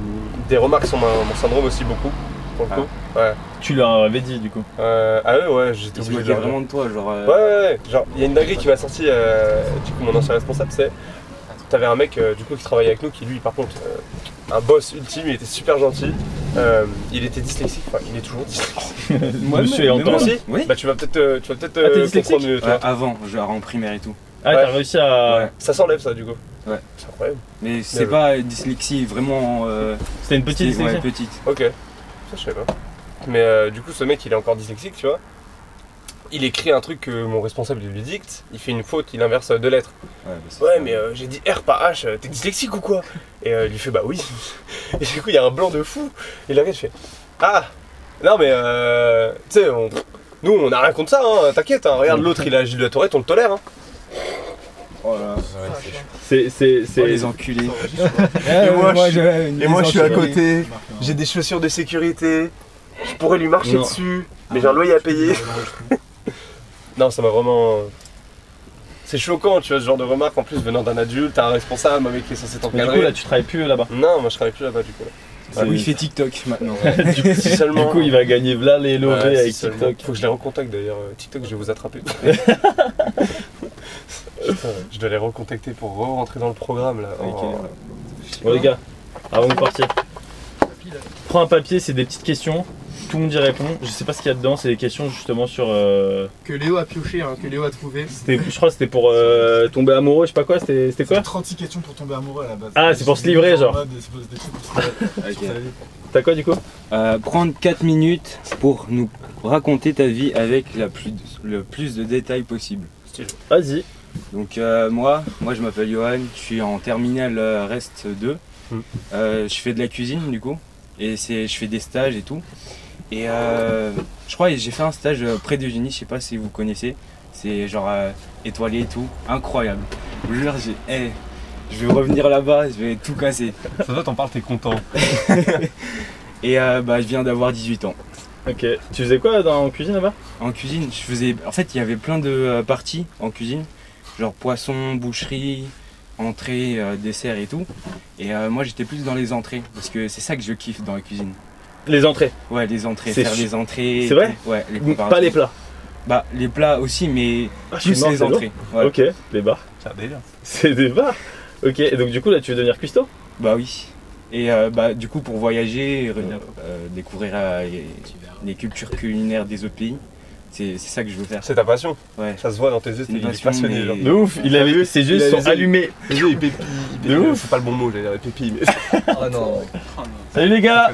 des remarques sur ma- mon syndrome aussi beaucoup, pour le
Ah.
coup.
Tu leur avais dit, du coup.
Euh, ah ouais, ouais, j'étais
Il se
obligé de
moquait
leur
vraiment de toi, genre. euh,
Ouais, ouais, ouais, genre, il y a une dinguerie qui m'a sorti, euh, du coup, mon ancien responsable, c'est. T'avais un mec, euh, du coup, qui travaillait avec nous, qui lui, par contre, euh, un boss ultime, il était super gentil. Euh, il était dyslexique, enfin, il est toujours dyslexique.
Moi, je suis
mais
en
moi
temps.
aussi
Oui.
Bah, tu vas peut-être euh, tu vas peut-être
Ah, t'es
euh,
dyslexique
comprendre mieux, tu vois.
Ouais, avant, genre en primaire et tout.
Ah,
Ouais. Bah
t'as réussi à.
Ouais.
Ça s'enlève ça du coup.
Ouais.
C'est incroyable.
Mais
Mais
c'est
ouais.
pas dyslexie, vraiment. euh,
C'était une petite
ouais,
sélection.
petite.
Ok. Ça je sais pas. Mais euh, du coup ce mec il est encore dyslexique tu vois. Il écrit un truc que mon responsable lui dicte, il fait une faute, il inverse deux lettres.
Ouais, bah, c'est
Ouais
ça.
mais euh, j'ai dit R pas H, euh, t'es dyslexique ou quoi Et euh, il lui fait bah oui. Et du coup il y a un blanc de fou. Et le gars il fait Ah Non mais euh, tu sais on- Nous on a rien contre ça, hein, t'inquiète, hein, regarde l'autre il a Gilles de la Tourette, on le tolère. Hein.
Oh là là.
C'est. C'est.
Oh,
c'est-
les enculés.
Et moi, je-
je,
j'ai des chaussures de sécurité, je pourrais lui marcher
Non.
dessus, mais j'ai un loyer à
euh,
payer. Non, ça m'a vraiment. C'est choquant, tu vois, ce genre de remarque en plus venant d'un adulte, t'as un responsable, un mec qui est censé
Mais du coup,
t'encadrer.
là, tu travailles plus euh, là-bas.
Non, moi je travaille plus là-bas du coup.
Ah Oui, il fait TikTok maintenant.
Si seulement.
Du coup, il va gagner Vla les
Ouais,
lovés
Ah, si
avec
seulement.
TikTok.
Faut que je les recontacte d'ailleurs. euh, TikTok, je vais vous attraper. Putain, je dois les recontacter pour rentrer dans le programme là.
Ok.
Oh.
Bon, les gars, avant de partir, prends un papier, c'est des petites questions. Tout le monde y répond. Je sais pas ce qu'il y a dedans, c'est des questions justement sur. euh,
Que Léo a pioché, hein, que Léo a trouvé.
c'était- je crois que c'était pour euh, tomber amoureux, je sais pas quoi, c'était c'était quoi
C'est 36 questions pour tomber amoureux à la base.
Ah, c'est pour se livrer, genre.
En mode, c'est pour- c'est des trucs pour se-
Ok.
sur sa vie.
T'as quoi du coup
Euh, prendre 4 minutes pour nous raconter ta vie avec la plus, le plus de détails possible.
Vas-y.
Donc euh, moi, moi je m'appelle Johan, je suis en terminale euh, Rest 2.
Mm.
Euh, je fais de la cuisine du coup et c'est je fais des stages et tout. Et euh, je crois que j'ai fait un stage euh, près de Génie, je sais pas si vous connaissez. C'est genre euh, étoilé et tout, incroyable. Je vous jure, j'ai- eh, je vais revenir là-bas, je vais tout casser.
Ça doit t'en parles, t'es content.
Et euh, bah je viens d'avoir 18 ans.
Ok. Tu faisais quoi dans, en cuisine là-bas
En cuisine, je faisais. En fait, il y avait plein de euh, parties en cuisine, genre poisson, boucherie, entrée, euh, dessert et tout. Et euh, moi, j'étais plus dans les entrées parce que c'est ça que je kiffe dans la cuisine.
Les entrées.
Ouais, les entrées,
C'est
faire
su-
les entrées. et
C'est vrai
tout. Ouais, les préparations.
Pas les plats.
Bah, les plats aussi, mais
Ah, je suis
plus
mort,
les
c'est lourd.
entrées. Ouais.
Ok, les bars.
C'est un délire.
C'est des bars Ok, et donc du coup là tu veux devenir cuistot
Bah oui. Et euh, bah, du coup, pour voyager, euh, euh, découvrir euh, les, les cultures culinaires des autres pays, c'est c'est ça que je veux faire.
C'est ta passion,
Ouais.
ça se voit dans tes yeux,
C'est une
il est
passion,
passionné.
mais-
genre.
De ouf, Ah, il avait ses yeux
Il a
sont
les yeux.
allumés.
Les yeux, ils pépillent, ils pépillent.
ouf.
C'est pas le bon mot, j'allais dire pépille, mais.
Ah non.
Salut les gars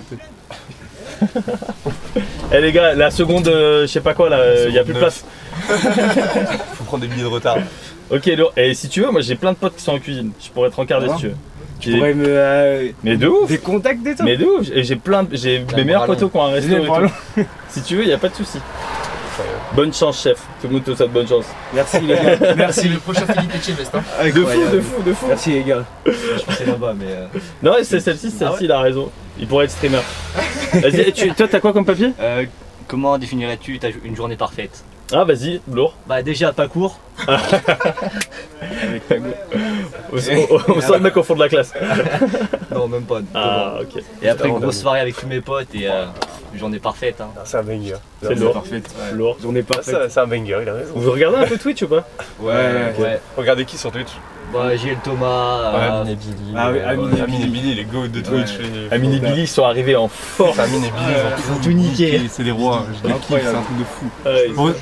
Eh les gars, la seconde, euh, je sais pas quoi là, euh, y a plus de place.
Faut prendre des billets de retard.
Ok, lourd. Et si tu veux, moi j'ai plein de potes qui sont en cuisine. Je pourrais te rencarder
Ah.
si tu veux.
Tu
J'ai-
pourrais me. euh,
Mais de ouf
des contacts des trucs.
Mais de ouf Et J'ai plein de... J'ai mes
le
meilleurs
bras
potos qui ont un resto
J'ai
et
le bras
tout. Si tu veux, y a pas de souci. Bonne chance chef, tout le monde te souhaite bonne chance.
Merci les gars.
C'est
Merci.
le prochain Philippe Etchebest. Hein.
De fou, de fou, de fou
Merci les gars.
C'est là-bas, mais. Euh...
Non, c'est celle-ci, celle-ci,
Ah ouais
il a raison. Il pourrait être streamer. Vas-y, tu- toi t'as quoi comme papier
Euh, Comment définirais-tu ta- une journée parfaite
Ah vas-y, lourd.
Bah déjà pas court,
On, on, on sent le mec au fond de la classe.
Non, même pas.
Ah ok.
et après
avant
une grosse
d'aller.
soirée avec tous mes potes et euh, une journée parfaite. Hein.
C'est un banger.
C'est lourd.
Parfait.
Lourd.
J'en ai
Ah,
pas fait.
ça, C'est un banger, il a raison.
Vous regardez un peu Twitch ou pas
Ouais.
Ouais.
Regardez qui sur Twitch
Bah Gilles Thomas, euh,
Billy.
Ah oui, Amine et
Amine et
Billy.
Billy, les goats de Twitch.
Amine et Billy sont arrivés en force.
Amine et Billy, ils ont
tout niqué.
C'est des rois, je les kiffe,
Incroyable.
c'est un truc de fou.
Ouais, Euh, ils-
Bon,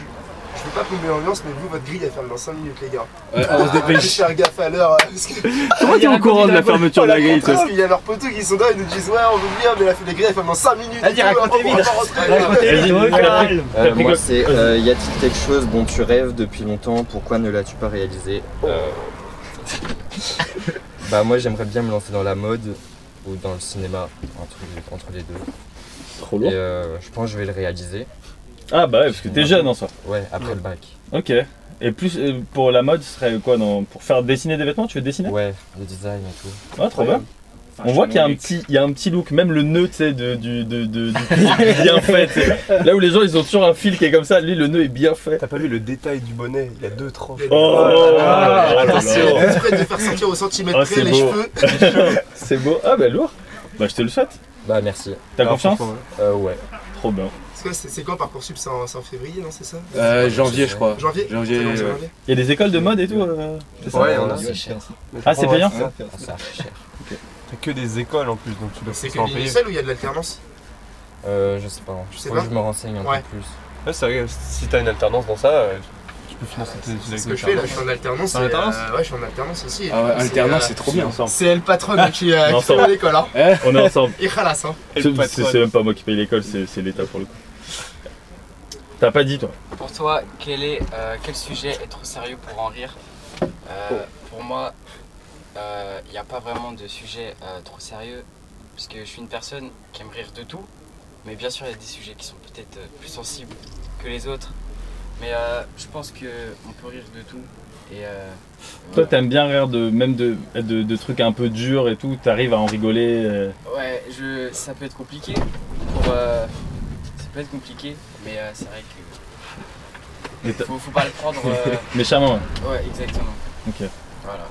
Je veux pas plomber l'ambiance, mais vous, votre grille, elle ferme dans 5 minutes, les gars.
Euh,
Ouais,
Ah,
on se
Faut
dépêche.
Faire gaffe à l'heure. euh, Parce que
Ah,
Comment t'es au courant de la fermeture de la grille toi
parce qu'il y a leurs poteaux qui sont là, ils nous disent Ouais, on veut bien, mais la fête des grilles, elle ferme dans 5 minutes.
Vas-y,
et tout,
raconte
on
tes
va
vies.
pas rentrer.
Vas-y, t'as pris-
Euh,
t'as pris
moi,
quoi
c'est euh, y a-t-il quelque chose dont tu rêves depuis longtemps Pourquoi ne l'as-tu pas réalisé
Euh.
Bah, moi, j'aimerais bien me lancer dans la mode ou dans le cinéma, entre les, entre les deux.
Trop
Et euh, je pense que je vais le réaliser.
Ah bah ouais, parce que t'es jeune en soi.
Ouais, après le bac.
Ok. Et plus euh, pour la mode, ce serait quoi non Pour faire dessiner des vêtements, tu veux dessiner
Ouais, le design et tout.
Ouais, trop bien.
Enfin,
On
je
voit
suis
qu'il y a un
mauvais.
petit, il y a un petit look, même le nœud, tu sais, de- du, de, de- du pull est bien fait. tu sais. Là où les gens, ils ont toujours un fil qui est comme ça, lui, le nœud est bien fait.
T'as pas vu le détail du bonnet Il y a deux tranches.
Oh,
Ah,
là là.
Attention. Exprès de faire sortir au centimètre
Ah, c'est
près les
beau.
cheveux.
C'est beau. Ah bah lourd. Bah je te le souhaite.
Bah, merci.
T'as confiance
Euh, ouais.
Trop bien.
Parce que C'est c'est quand Parcoursup C'est en, c'est en février, non C'est ça
Euh, janvier, je crois.
Janvier
Janvier,
C'est bon, c'est
ouais.
janvier.
Il y a des écoles de mode et tout. euh, c'est ça
Ouais, on a.
Ouais, c'est
Ah c'est payant
Ah, c'est archi cher.
T'as que des écoles en plus, donc tu dois
C'est
forcément
que
payer.
l'uniseul où il y a de l'alternance
Euh, je sais pas. hein.
Tu sais
Faut
pas
que je me renseigne un
Ouais.
peu plus.
Ouais, c'est vrai, si t'as une alternance dans ça, euh, tu peux financer tes études
C'est
avec
ce que je fais là, je
l'alternance.
suis en alternance.
En
et, euh,
alternance
Ouais, je suis en alternance aussi.
Ah ouais,
C'est,
alternance,
euh,
c'est trop bien.
C'est le patron là, qui euh,
Non,
qui fait
ça va.
l'école. Hein.
On est ensemble.
Et khalas, hein.
Et
C'est
le patron. euh,
c'est même pas moi qui paye l'école, c'est c'est l'État pour le coup. T'as pas dit toi
Pour toi, quel, est, euh, quel sujet est trop sérieux pour en rire
Oh.
Euh, Pour moi, il n'y a pas vraiment de sujet euh, trop sérieux, parce que je suis une personne qui aime rire de tout, mais bien sûr, il y a des sujets qui sont peut-être euh, plus sensibles que les autres, mais euh, je pense qu'on peut rire de tout. Et, euh,
Toi
voilà.
t'aimes bien rire de même de, de, de trucs un peu durs et tout, t'arrives à en rigoler. euh.
Ouais, je, ça peut être compliqué, pour, euh, ça peut être compliqué, mais euh, c'est vrai
Mais
que
t'as-
faut, faut pas le prendre... euh,
Méchamment. ouais.
ouais, exactement.
Ok.
Voilà.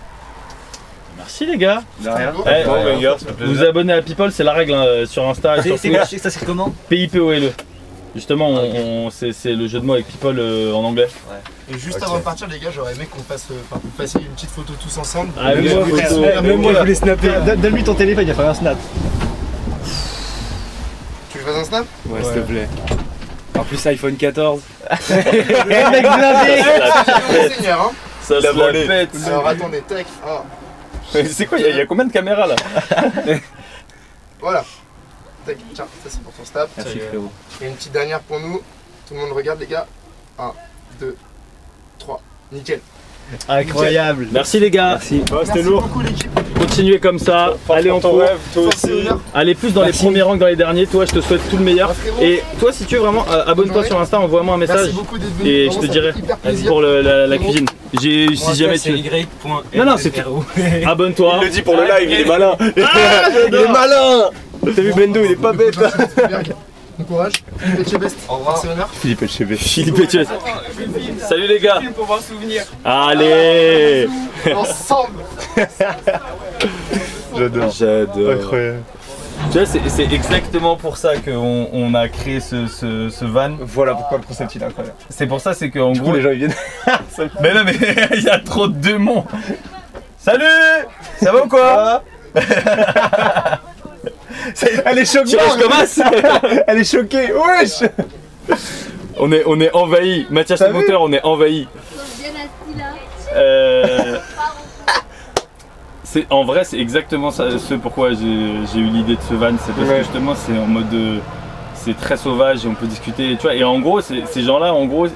Merci les gars.
De rien.
Eh,
Ouais, ouais, gars, ça fait
Vous
plaisir.
vous abonnez à People, c'est la règle hein, sur Insta et sur
C'est
Twitch.
ça c'est comment
PIPOLE. E. Justement, on, on- c'est c'est le jeu de mots avec People euh, en anglais.
Et juste
Ok.
avant de partir, les gars, j'aurais aimé qu'on fasse, euh, enfin, que vous fassiez une petite photo tous ensemble.
Ah, mais
Et
moi,
je vous-
photo.
Ah, mais moi,
voulais snapper. Donne-lui ton téléphone, il va faire un snap.
Tu veux que je fasse un snap
Ouais, s'il te plaît. En plus, iPhone 14.
Seigneur, hein.
Ça
La volée.
pète.
Alors attendez, tac. Ah,
C'est quoi Il y, a combien de caméras là
voilà. Tac, tiens, ça c'est pour ton snap.
Merci frérot.
Et une petite dernière pour nous. Tout le monde regarde, les gars. 1, 2, 3. Nickel.
Incroyable.
Merci les gars.
Merci beaucoup, l'équipe.
Continuez comme ça. Allez en
ton
cours.
rêve, toi
Force et
aussi.
honneur.
Allez plus dans les premiers rangs que dans les derniers. Toi, je te souhaite tout le meilleur.
Ah, frérot,
Et toi, si tu veux vraiment, euh, abonne-toi sur Insta, envoie-moi un message
Merci beaucoup d'être venu.
et je
Vraiment,
te
ça
dirai
fait hyper plaisir.
pour le- la, la
Bon.
cuisine. J'ai si jamais tu veux. Non, non, c'est Abonne-toi.
Il le dit pour le live, il est malin.
Ah,
Il est malin T'as vu Bendo, il est pas bête.
Bon courage. Faites your best. Au revoir.
Philippe Etchebest.
Philippe Etchebest.
Ah,
Salut les gars. Allez.
Ensemble.
J'adore.
J'adore. Incroyable.
Tu vois, c'est c'est exactement pour ça qu'on on a créé ce, ce, ce van.
Voilà pourquoi le concept il est incroyable.
C'est pour ça, c'est qu'en
Du coup,
gros.
les gens ils viennent.
Mais non, mais il y a trop de démons. Salut Ça va ou quoi
Elle est choquée.
Je commence
Elle est choquée. Wesh.
on est, on est envahi. Mathias le
vu
moteur, on est envahi.
bien assis là.
Euh, c'est- en vrai, c'est exactement ça, ce pourquoi j'ai j'ai eu l'idée de ce van. C'est parce que
Ouais.
justement, c'est en mode. euh, c'est très sauvage et on peut discuter. Tu vois, et en gros, c'est- ces gens-là, en gros,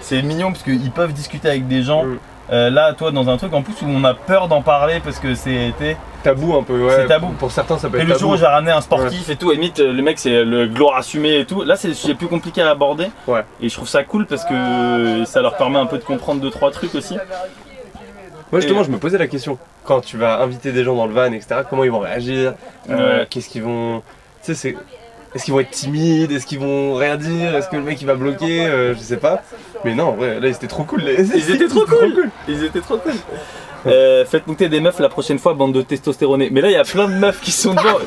c'est mignon parce qu'ils peuvent discuter avec des gens.
Mm.
Euh, là, toi, dans un truc en plus où on a peur d'en parler parce que c'est. t'es-
Tabou un peu. Ouais.
C'est tabou.
Pour certains ça peut
Et
être
le jour où
Bah, tabou.
j'ai ramené un sportif et tout, et limite, le mec c'est le gloire assumé et tout. Là, c'est le sujet plus compliqué à aborder.
Ouais.
Et je trouve ça cool parce que ça leur permet un peu de comprendre deux trois trucs aussi.
Moi justement je me posais la question. Quand tu vas inviter des gens dans le van etc. Comment ils vont réagir Euh,
Ouais.
Qu'est-ce qu'ils vont. Tu sais c'est. Est-ce qu'ils vont être timides Est-ce qu'ils vont rien dire Est-ce que le mec il va bloquer Euh, Je sais pas. Mais non, en vrai, là ils étaient trop cool. les-
Ils étaient trop cool. Ils étaient trop cool. Euh, faites monter des meufs la prochaine fois, bande de testostéronés. Mais là, il y a plein de meufs qui sont devant.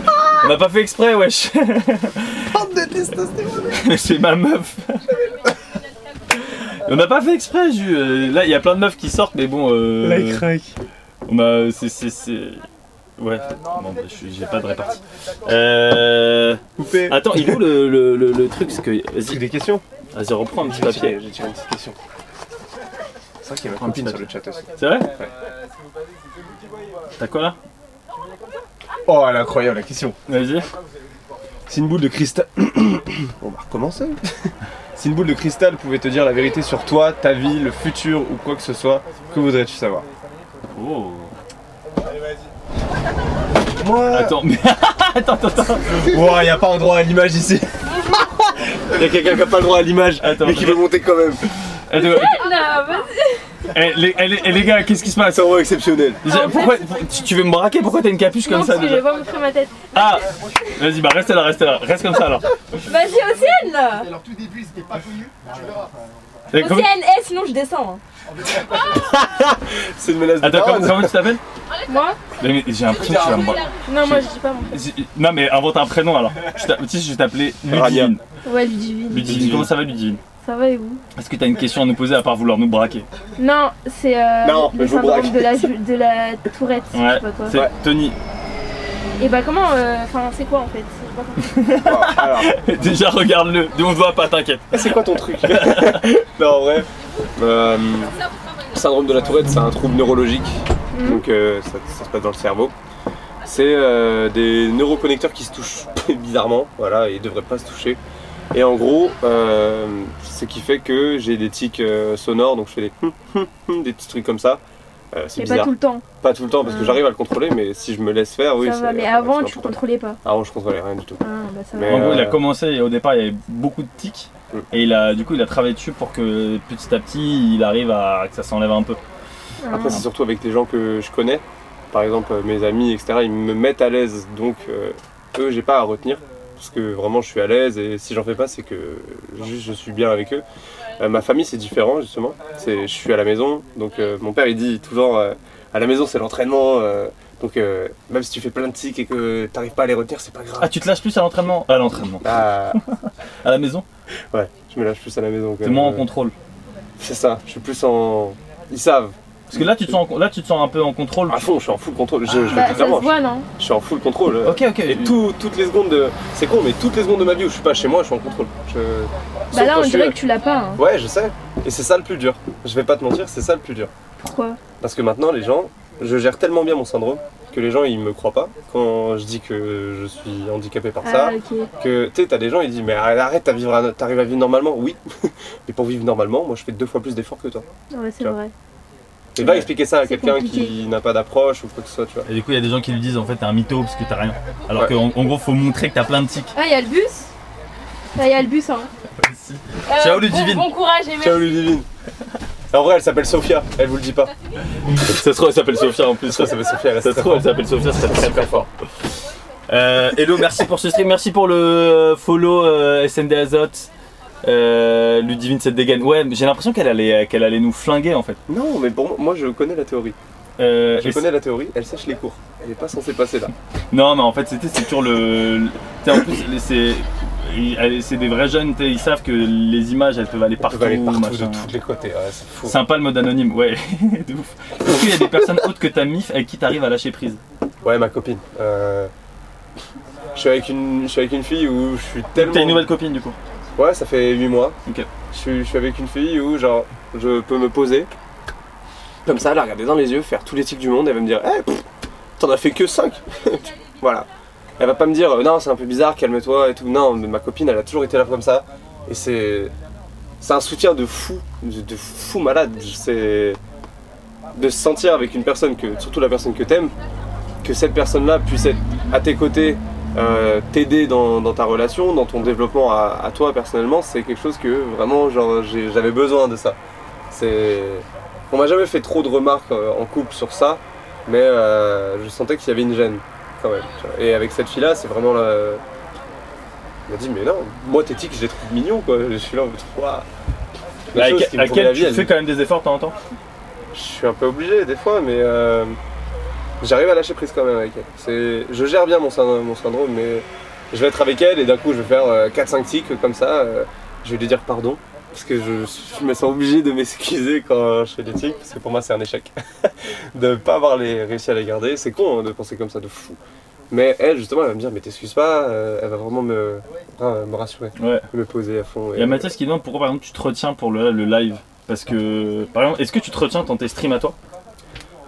On n'a pas fait exprès, wesh. Bande de testostéronés. c'est ma meuf. On n'a pas fait exprès, Ju. Euh, Là, il y a plein de meufs qui sortent, mais bon. euh, On a. C'est. c'est- c'est- Ouais. Bon, bah, je suis- j'ai pas de répartie. Euh.
Coupé.
Attends, il est où le, le- le- le truc Parce que. Vas-y,
Des questions
vas-y, reprends un petit papier.
J'ai tiré une petite question.
ça qui est ma copine sur le chat aussi.
C'est vrai T'as quoi là
Oh, elle est incroyable la question.
Vas-y.
Si une boule de cristal. On va recommencer. si une boule de cristal pouvait te dire la vérité sur toi, ta vie, le futur ou quoi que ce soit, que voudrais-tu savoir
Oh.
Moi.
Attends, mais. attends, attends, attends.
Ouah, y a pas un droit à l'image ici. y a quelqu'un qui a pas le droit à l'image, mais qui veut monter quand même.
Eh, les, eh, les- eh, les gars, qu'est-ce qui se passe C'est
vraiment exceptionnel.
pourquoi tu, tu veux me braquer Pourquoi t'as une capuche comme
Non,
ça
parce que je
déjà
vais pas montrer ma tête.
Ah Vas-y, bah reste là, reste là, reste comme ça alors.
Vas-y, Océane là
Alors tout début, c'était pas connu. Tu verras.
Eh, comment-
Océane, eh, sinon je descends.
C'est une menace de
Attends,
parade.
comment, comment tu t'appelles
Moi
Mais, mais J'ai l'impression que tu vas me braquer.
Non, moi je dis pas moi.
J'ai- Non, mais invente un prénom alors. Je t'a- Tu sais, je vais t'appeler Ludivine.
Ouais, Ludivine.
Ludivine, comment ça va Ludivine
Ça va et vous
Est-ce que t'as une question à nous poser à part vouloir nous braquer
Non, c'est euh,
Non,
le
je vous
syndrome
braque.
de la, ju- de la tourette, je sais
Ouais,
pas quoi.
c'est Tony.
Et bah comment, euh, enfin c'est quoi en fait J'ai pas compris.
Déjà, regarde-le. On le voit pas, t'inquiète.
C'est quoi ton truc Non, en vrai, euh, syndrome de la Tourette, c'est un trouble neurologique.
Mhm.
Donc, euh, ça, ça se passe dans le cerveau. C'est euh, des neuroconnecteurs qui se touchent bizarrement, voilà, et ils devraient pas se toucher. Et en gros, euh, ce qui fait que j'ai des tics euh, sonores, donc je fais des, hum, hum, hum, des petits trucs comme ça. Euh, c'est
Mais pas
bizarre.
tout le temps.
Pas tout le temps, parce que
Mhm.
j'arrive à le contrôler, mais si je me laisse faire, oui.
ça va,
c'est-
mais
c'est
avant
un
tu
problème.
contrôlais pas.
Avant, je contrôlais rien du tout.
Ah, bah ça va.
Mais,
En gros, il a
euh,
commencé et au départ, il y avait beaucoup de tics. Et il a, du coup, il a travaillé dessus pour que petit à petit, il arrive à que ça s'enlève un peu.
Ah.
Après, c'est surtout avec les gens que je connais. Par exemple, euh, mes amis, etc., ils me mettent à l'aise. Donc, euh, eux, j'ai pas à retenir. Parce que vraiment, je suis à l'aise. Et si j'en fais pas, c'est que juste je suis bien avec eux. Euh, ma famille, c'est différent, justement. C'est, je suis à la maison. Donc, euh, mon père, il dit toujours euh, à la maison, c'est l'entraînement. euh, donc, euh, même si tu fais plein de tics et que t'arrives pas à les retenir, c'est pas grave.
Ah, tu te lâches plus à l'entraînement À l'entraînement.
Ah.
à la maison
Ouais, je me lâche plus à la maison.
T'es moins en contrôle.
C'est ça, je suis plus en. Ils savent.
Parce que là, tu te sens, en- là, tu te sens un peu en contrôle.
À fond, je suis en full contrôle. Je, je-
Bah, ça se
clairement, je-
voit non
Je suis en full contrôle.
Ok, ok.
Et tout- toutes les secondes de. C'est con, mais toutes les secondes de ma vie où je suis pas chez moi, je suis en contrôle. Je-
Bah
Sauf
là
quand
on
je suis- euh,
dirait que tu l'as pas. hein.
Ouais, je sais. Et c'est ça le plus dur. Je vais pas te mentir, c'est ça le plus dur.
Pourquoi
Parce que maintenant, les gens, je gère tellement bien mon syndrome que les gens, ils me croient pas quand je dis que je suis handicapé par ça.
Ah ok.
Que tu sais, t'as des gens, ils disent Mais arrête, t'as vivre à- t'arrives à vivre normalement Oui. mais pour vivre normalement, moi, je fais deux fois plus d'efforts que toi.
Ouais c'est
Tu vois.
vrai.
Et va expliquer ça à
C'est
quelqu'un
compliqué.
qui n'a pas d'approche ou quoi que ce soit, tu vois.
Et du coup, il y a des gens qui lui disent en fait, t'es un mytho parce que t'as rien. Alors
Ouais.
qu'en en gros, faut montrer que t'as plein de tics.
Ah y'a le bus Ah y'a le bus hein. Euh,
Ciao,
bon-
Ludivine.
Bon courage et
Ciao
merci.
Ludivine En vrai elle s'appelle Sophia, elle vous le dit pas.
Ça se trouve, elle s'appelle Sophia en plus.
Ça s'appelle Sophia, elle
Ça se trouve, elle s'appelle Sophia, c'est très très fort. Euh, hello, merci pour ce stream, merci pour le euh, follow euh, SND Azote. Euh, Ludivine cette dégaine. Ouais, mais j'ai l'impression qu'elle allait, euh, qu'elle allait nous flinguer en fait.
Non mais bon, moi je connais la théorie.
Euh,
Je
et
connais la théorie, elle sèche les cours. Elle est pas censée passer là.
c'est- Non, mais en fait, c'était c'est toujours le. le- tu sais, en plus, les- c'est. ils- allez, C'est des vrais jeunes, tu sais, ils savent que les images elles peuvent aller
Elle
partout.
peut aller partout
machin.
de tous les côtés, ouais, c'est fou.
Sympa le mode anonyme, ouais, de ouf. Est-ce qu'il y a des personnes autres que ta mif avec qui t'arrives à lâcher prise
Ouais ma copine. Euh, Je suis avec une. Je suis avec une fille où je suis tellement.
T'as une nouvelle copine du coup
Ouais ça fait 8 mois.
Ok.
Je suis, je suis avec une fille où genre je peux me poser. Comme ça, la regarder dans les yeux, faire tous les tics du monde, elle va me dire Eh, pff, t'en as fait que 5 Voilà. Elle va pas me dire euh, non, c'est un peu bizarre, calme-toi et tout. Non, mais ma copine, elle a toujours été là comme ça. Et c'est. C'est un soutien de fou, de, de fou malade. C'est. De se sentir avec une personne, que, surtout la personne que t'aimes, que cette personne-là puisse être à tes côtés, euh, t'aider dans, dans ta relation, dans ton développement à, à toi personnellement, c'est quelque chose que vraiment, genre, j'ai- j'avais besoin de ça. C'est. On m'a jamais fait trop de remarques euh, en couple sur ça, mais euh, je sentais qu'il y avait une gêne quand même. tu vois. Et avec cette fille-là, c'est vraiment la. Elle m'a dit, mais non, moi tes tics, je les trouve mignons quoi. Je suis là en mode, Ouah. Les
Bah, à
choses
quel-
qui me
à
pourraient
quel
la
tu
vie, elles-
fais quand même des efforts de temps en temps
je suis un peu obligé des fois, mais euh, j'arrive à lâcher prise quand même avec elle. C'est, je gère bien mon syndrome, mon syndrome, mais je vais être avec elle et d'un coup je vais faire euh, 4-5 tics comme ça. euh, je vais lui dire pardon parce que je, je me sens obligé de m'excuser quand je fais des tics parce que pour moi c'est un échec de ne pas avoir les, réussi à les garder. C'est con hein, de penser comme ça de fou. Mais elle justement elle va me dire mais t'excuses pas, euh, elle va vraiment me, ra- me rassurer,
Ouais.
me poser à fond.
Il y a Mathias qui demande pourquoi par exemple tu te retiens pour le, le live Parce que, par exemple, est-ce que tu te retiens dans tes streams à toi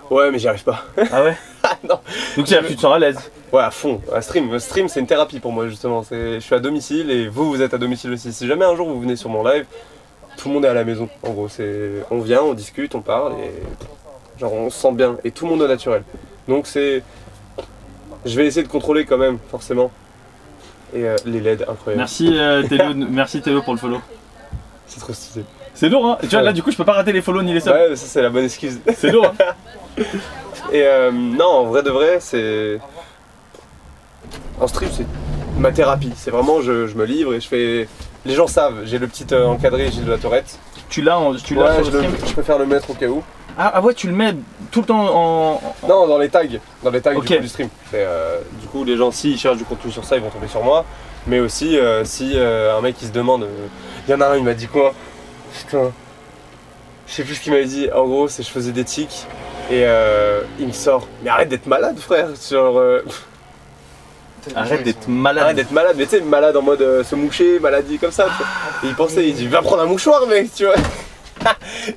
Ouais, mais j'y arrive pas.
Ah ouais
Non.
Donc tu tu te sens à l'aise
Ouais, à fond. Un stream, un stream c'est une thérapie pour moi, justement. C'est- Je suis à domicile et vous, vous êtes à domicile aussi. Si jamais un jour vous venez sur mon live, tout le monde est à la maison. En gros, c'est on vient, on discute, on parle et genre on se sent bien et tout le monde est naturel. Donc c'est. Je vais essayer de contrôler quand même, forcément. Et euh, les LED, incroyable.
Merci euh, Thélo, merci Thélo pour le follow.
C'est trop stylé.
C'est lourd hein. Et tu vois
Ouais.
là du coup je peux pas rater les follow ni les subs.
Ouais, mais ça c'est la bonne excuse.
C'est lourd. hein.
Et euh, non, en vrai de vrai, c'est. En strip, c'est ma thérapie. C'est vraiment, je, je me livre et je fais. Les gens savent, j'ai le petit euh, encadré Gilles de la Tourette.
Tu l'as en. Tu l'as
Ouais,
sur
je,
le
le-
stream
je préfère le mettre au cas où.
Ah, ah ouais tu le mets tout le temps en.
Non, dans les tags, dans les tags
Ok.
du, coup, du stream. Et, euh, du coup, les gens, s'ils cherchent du contenu sur ça, ils vont tomber sur moi. Mais aussi, euh, si euh, un mec il se demande, euh, il y en a un, il m'a dit quoi Putain, je sais plus ce qu'il m'avait dit. En gros, c'est je faisais des tics et euh, il me sort. Mais arrête d'être malade, frère. euh, Sur
Ah,
Arrête d'être malade.
Arrête d'être malade, mais tu sais, malade en mode euh, se moucher, maladie comme ça. tu vois. Et il pensait, il dit, va prendre un mouchoir, mec, tu vois.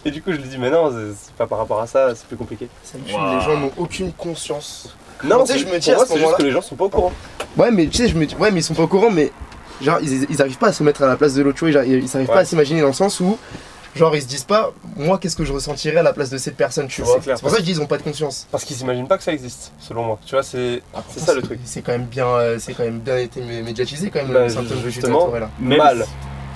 et du coup, je lui dis, mais non, c'est- c'est pas par rapport à ça, c'est plus compliqué.
Les gens n'ont aucune conscience.
Non,
tu sais,
c'est-
je me dis
pour
à
moi,
ce
c'est juste
moment-là.
que les gens sont pas au courant.
Ouais, mais tu sais, je me dis, ouais, mais ils sont pas au courant, mais genre, ils, ils arrivent pas à se mettre à la place de l'autre, tu vois, genre, ils, ils arrivent pas à s'imaginer dans le sens où, genre, ils se disent pas, moi, qu'est-ce que je ressentirais à la place de cette personne, tu
C'est
vois. C'est
clair.
pour ça que je dis, ils ont pas de conscience.
Parce qu'ils s'imaginent pas que ça existe, selon moi. Tu vois, c'est Ah, c'est ça le truc.
C'est quand même bien, euh, c'est quand même bien été mé- médiatisé quand même
Bah,
le symptôme de Julia
justement,
Touré, là.
mal.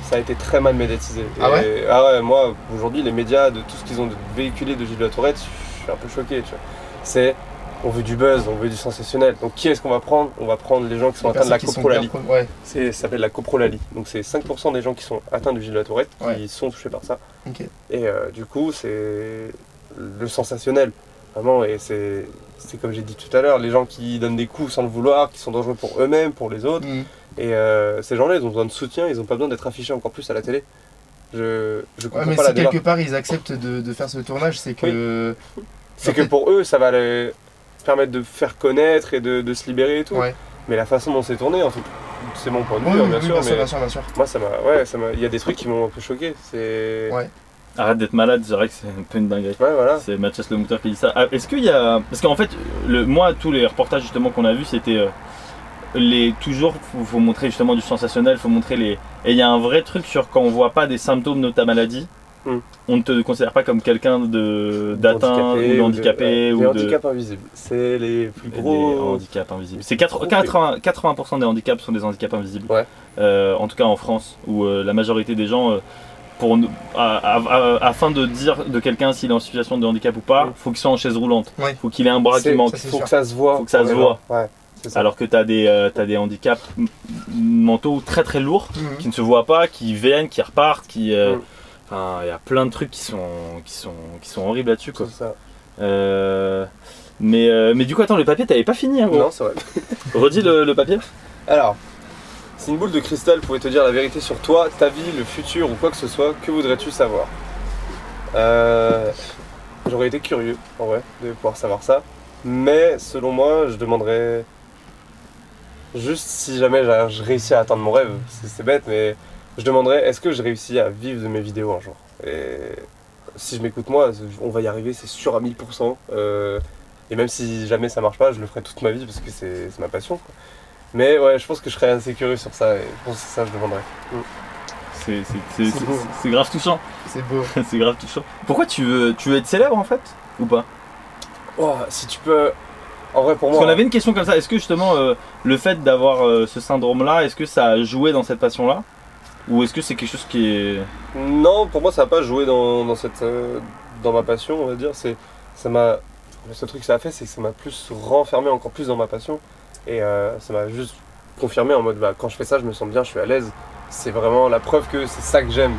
Ça a été très mal médiatisé.
Ah
Et-
ouais
Ah ouais, moi, aujourd'hui, les médias, de tout ce qu'ils ont de- véhiculé de Gilles de la Tourette, je suis un peu choqué, tu vois. C'est, on veut du buzz, on veut du sensationnel. Donc qui est-ce qu'on va prendre On va prendre les gens qui sont
Les
atteints de la
personnes qui sont
coprolalie.
bien pro- ouais.
C'est- Ça s'appelle la coprolalie. Donc c'est 5% des gens qui sont atteints du Gilles de la Tourette qui
Ouais.
sont touchés par ça.
Ok.
Et euh, du coup, c'est le sensationnel. Vraiment, et c'est c'est comme j'ai dit tout à l'heure, les gens qui donnent des coups sans le vouloir, qui sont dangereux pour eux-mêmes, pour les
Mm.
autres. Et euh, ces gens-là, ils ont besoin de soutien, ils n'ont pas besoin d'être affichés encore plus à la télé. Je, je
Ouais,
comprends
mais
pas la
si
démarche.
quelque part ils acceptent de, de faire ce tournage, c'est que.
C'est que pour eux, ça va les permettre de faire connaître et de, de se libérer et tout.
Ouais.
Mais la façon dont c'est tourné, en tout c'est mon point de vue,
Oui,
hein,
oui,
bien,
oui,
sûr,
bien sûr,
mais
bien sûr, bien sûr.
Moi, ça m'a. Ouais, ça m'a. Il y a des trucs qui m'ont un peu choqué. C'est.
Ouais.
Arrête d'être malade, c'est vrai que c'est un peu une dinguerie. C'est Mathias Le Mouteur qui dit ça. Ah, Est-ce qu'il y a. Parce qu'en fait, le... moi, tous les reportages justement qu'on a vus, c'était. euh, Les, toujours, faut, faut montrer justement du sensationnel, faut montrer les. Et il y a un vrai truc sur quand on voit pas des symptômes de ta maladie,
Hmm.
on ne te considère pas comme quelqu'un de d'atteint ou
ou de-
d'handicapé
ouais,
ou
les
de.
handicaps invisibles. C'est les plus
Des
gros.
handicaps invisibles. C'est 80, 80, 80% des handicaps sont des handicaps invisibles. Euh, en tout cas en France, où euh, la majorité des gens, euh, pour, ne- à- à- à- afin de dire de quelqu'un s'il est en situation de handicap ou pas, faut qu'il soit en chaise roulante.
Ouais.
Faut qu'il ait un bras qui
C'est-
manque.
ça, c'est Faut sûr. que ça se voit.
Faut que ça se
Vraiment.
voit.
Ouais,
Alors que tu as, as des handicaps m- mentaux très très lourds
Mhm.
qui ne se voient pas, qui viennent, qui repartent, qui. euh, Enfin, il y a plein de trucs qui sont, qui sont, qui sont horribles là-dessus. quoi. Euh, mais, euh, mais du coup, attends, le papier, t'avais pas fini. Hein, gros.
Non, c'est vrai.
Redis le, le papier.
Alors, si une boule de cristal pouvait te dire la vérité sur toi, ta vie, le futur ou quoi que ce soit, que voudrais-tu savoir Euh, J'aurais été curieux, en vrai, de pouvoir savoir ça. Mais selon moi, je demanderais juste si jamais j'a- je réussis à atteindre mon rêve. C'est c'est bête, mais je demanderais est-ce que je réussis à vivre de mes vidéos un jour Et si je m'écoute moi, on va y arriver, c'est sûr à 1000%. Euh, et même si jamais ça marche pas, je le ferai toute ma vie parce que c'est c'est ma passion. quoi. Mais ouais, je pense que je serais assez curieux sur ça et je pense que ça je demanderais.
C'est- c'est- c'est-
C'est beau.
c'est- C'est grave touchant.
C'est beau.
c'est grave touchant. Pourquoi tu veux, tu veux être célèbre en fait Ou pas
Oh, si tu peux. En vrai, pour
Parce
moi.
qu'on avait une question comme ça. Est-ce que justement euh, le fait d'avoir euh, ce syndrome là, est-ce que ça a joué dans cette passion là Ou est-ce que c'est quelque chose qui est.
Non, pour moi, ça n'a pas joué dans, dans cette, euh, dans ma passion, on va dire. C'est, ça m'a, le seul truc que ça a fait, c'est que ça m'a plus renfermé encore plus dans ma passion. Et euh, ça m'a juste confirmé en mode, bah, quand je fais ça, je me sens bien, je suis à l'aise. C'est vraiment la preuve que c'est ça que j'aime.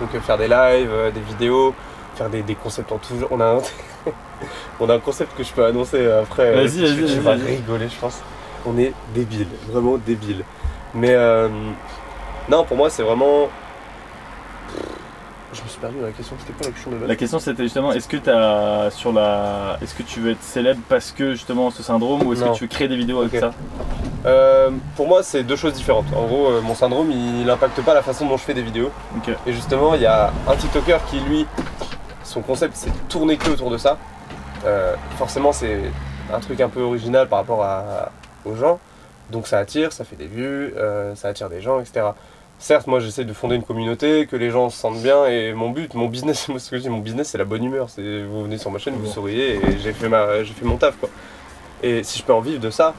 Donc euh, faire des lives, euh, des vidéos, faire des, des concepts en tout genre. On a un, on a un concept que je peux annoncer euh, après. euh,
Vas-y, vas-y,
tu- tu
vas-y,
vas
vas-y.
rigoler, je pense. On est débiles, vraiment débiles. Mais euh, non, pour moi, c'est vraiment je me suis perdu dans la question, c'était pas la question de base.
La question c'était justement est-ce que t'as sur la, est-ce que tu veux être célèbre parce que justement ce syndrome ou est-ce
Non.
que tu veux créer des vidéos avec
Ok.
ça
Euh, Pour moi, c'est deux choses différentes. En gros, euh, mon syndrome, il n'impacte pas la façon dont je fais des vidéos.
Ok.
Et justement, il y a un TikToker qui, lui, son concept s'est tourné que autour de ça. Euh, forcément, c'est un truc un peu original par rapport à- aux gens. Donc ça attire, ça fait des vues, euh, ça attire des gens, etc. Certes, moi j'essaie de fonder une communauté, que les gens se sentent bien, et mon but, mon business, moi ce que je dis, mon business c'est la bonne humeur. C'est, vous venez sur ma chaîne, vous souriez, et j'ai fait, ma, j'ai fait mon taf quoi. Et si je peux en vivre de ça,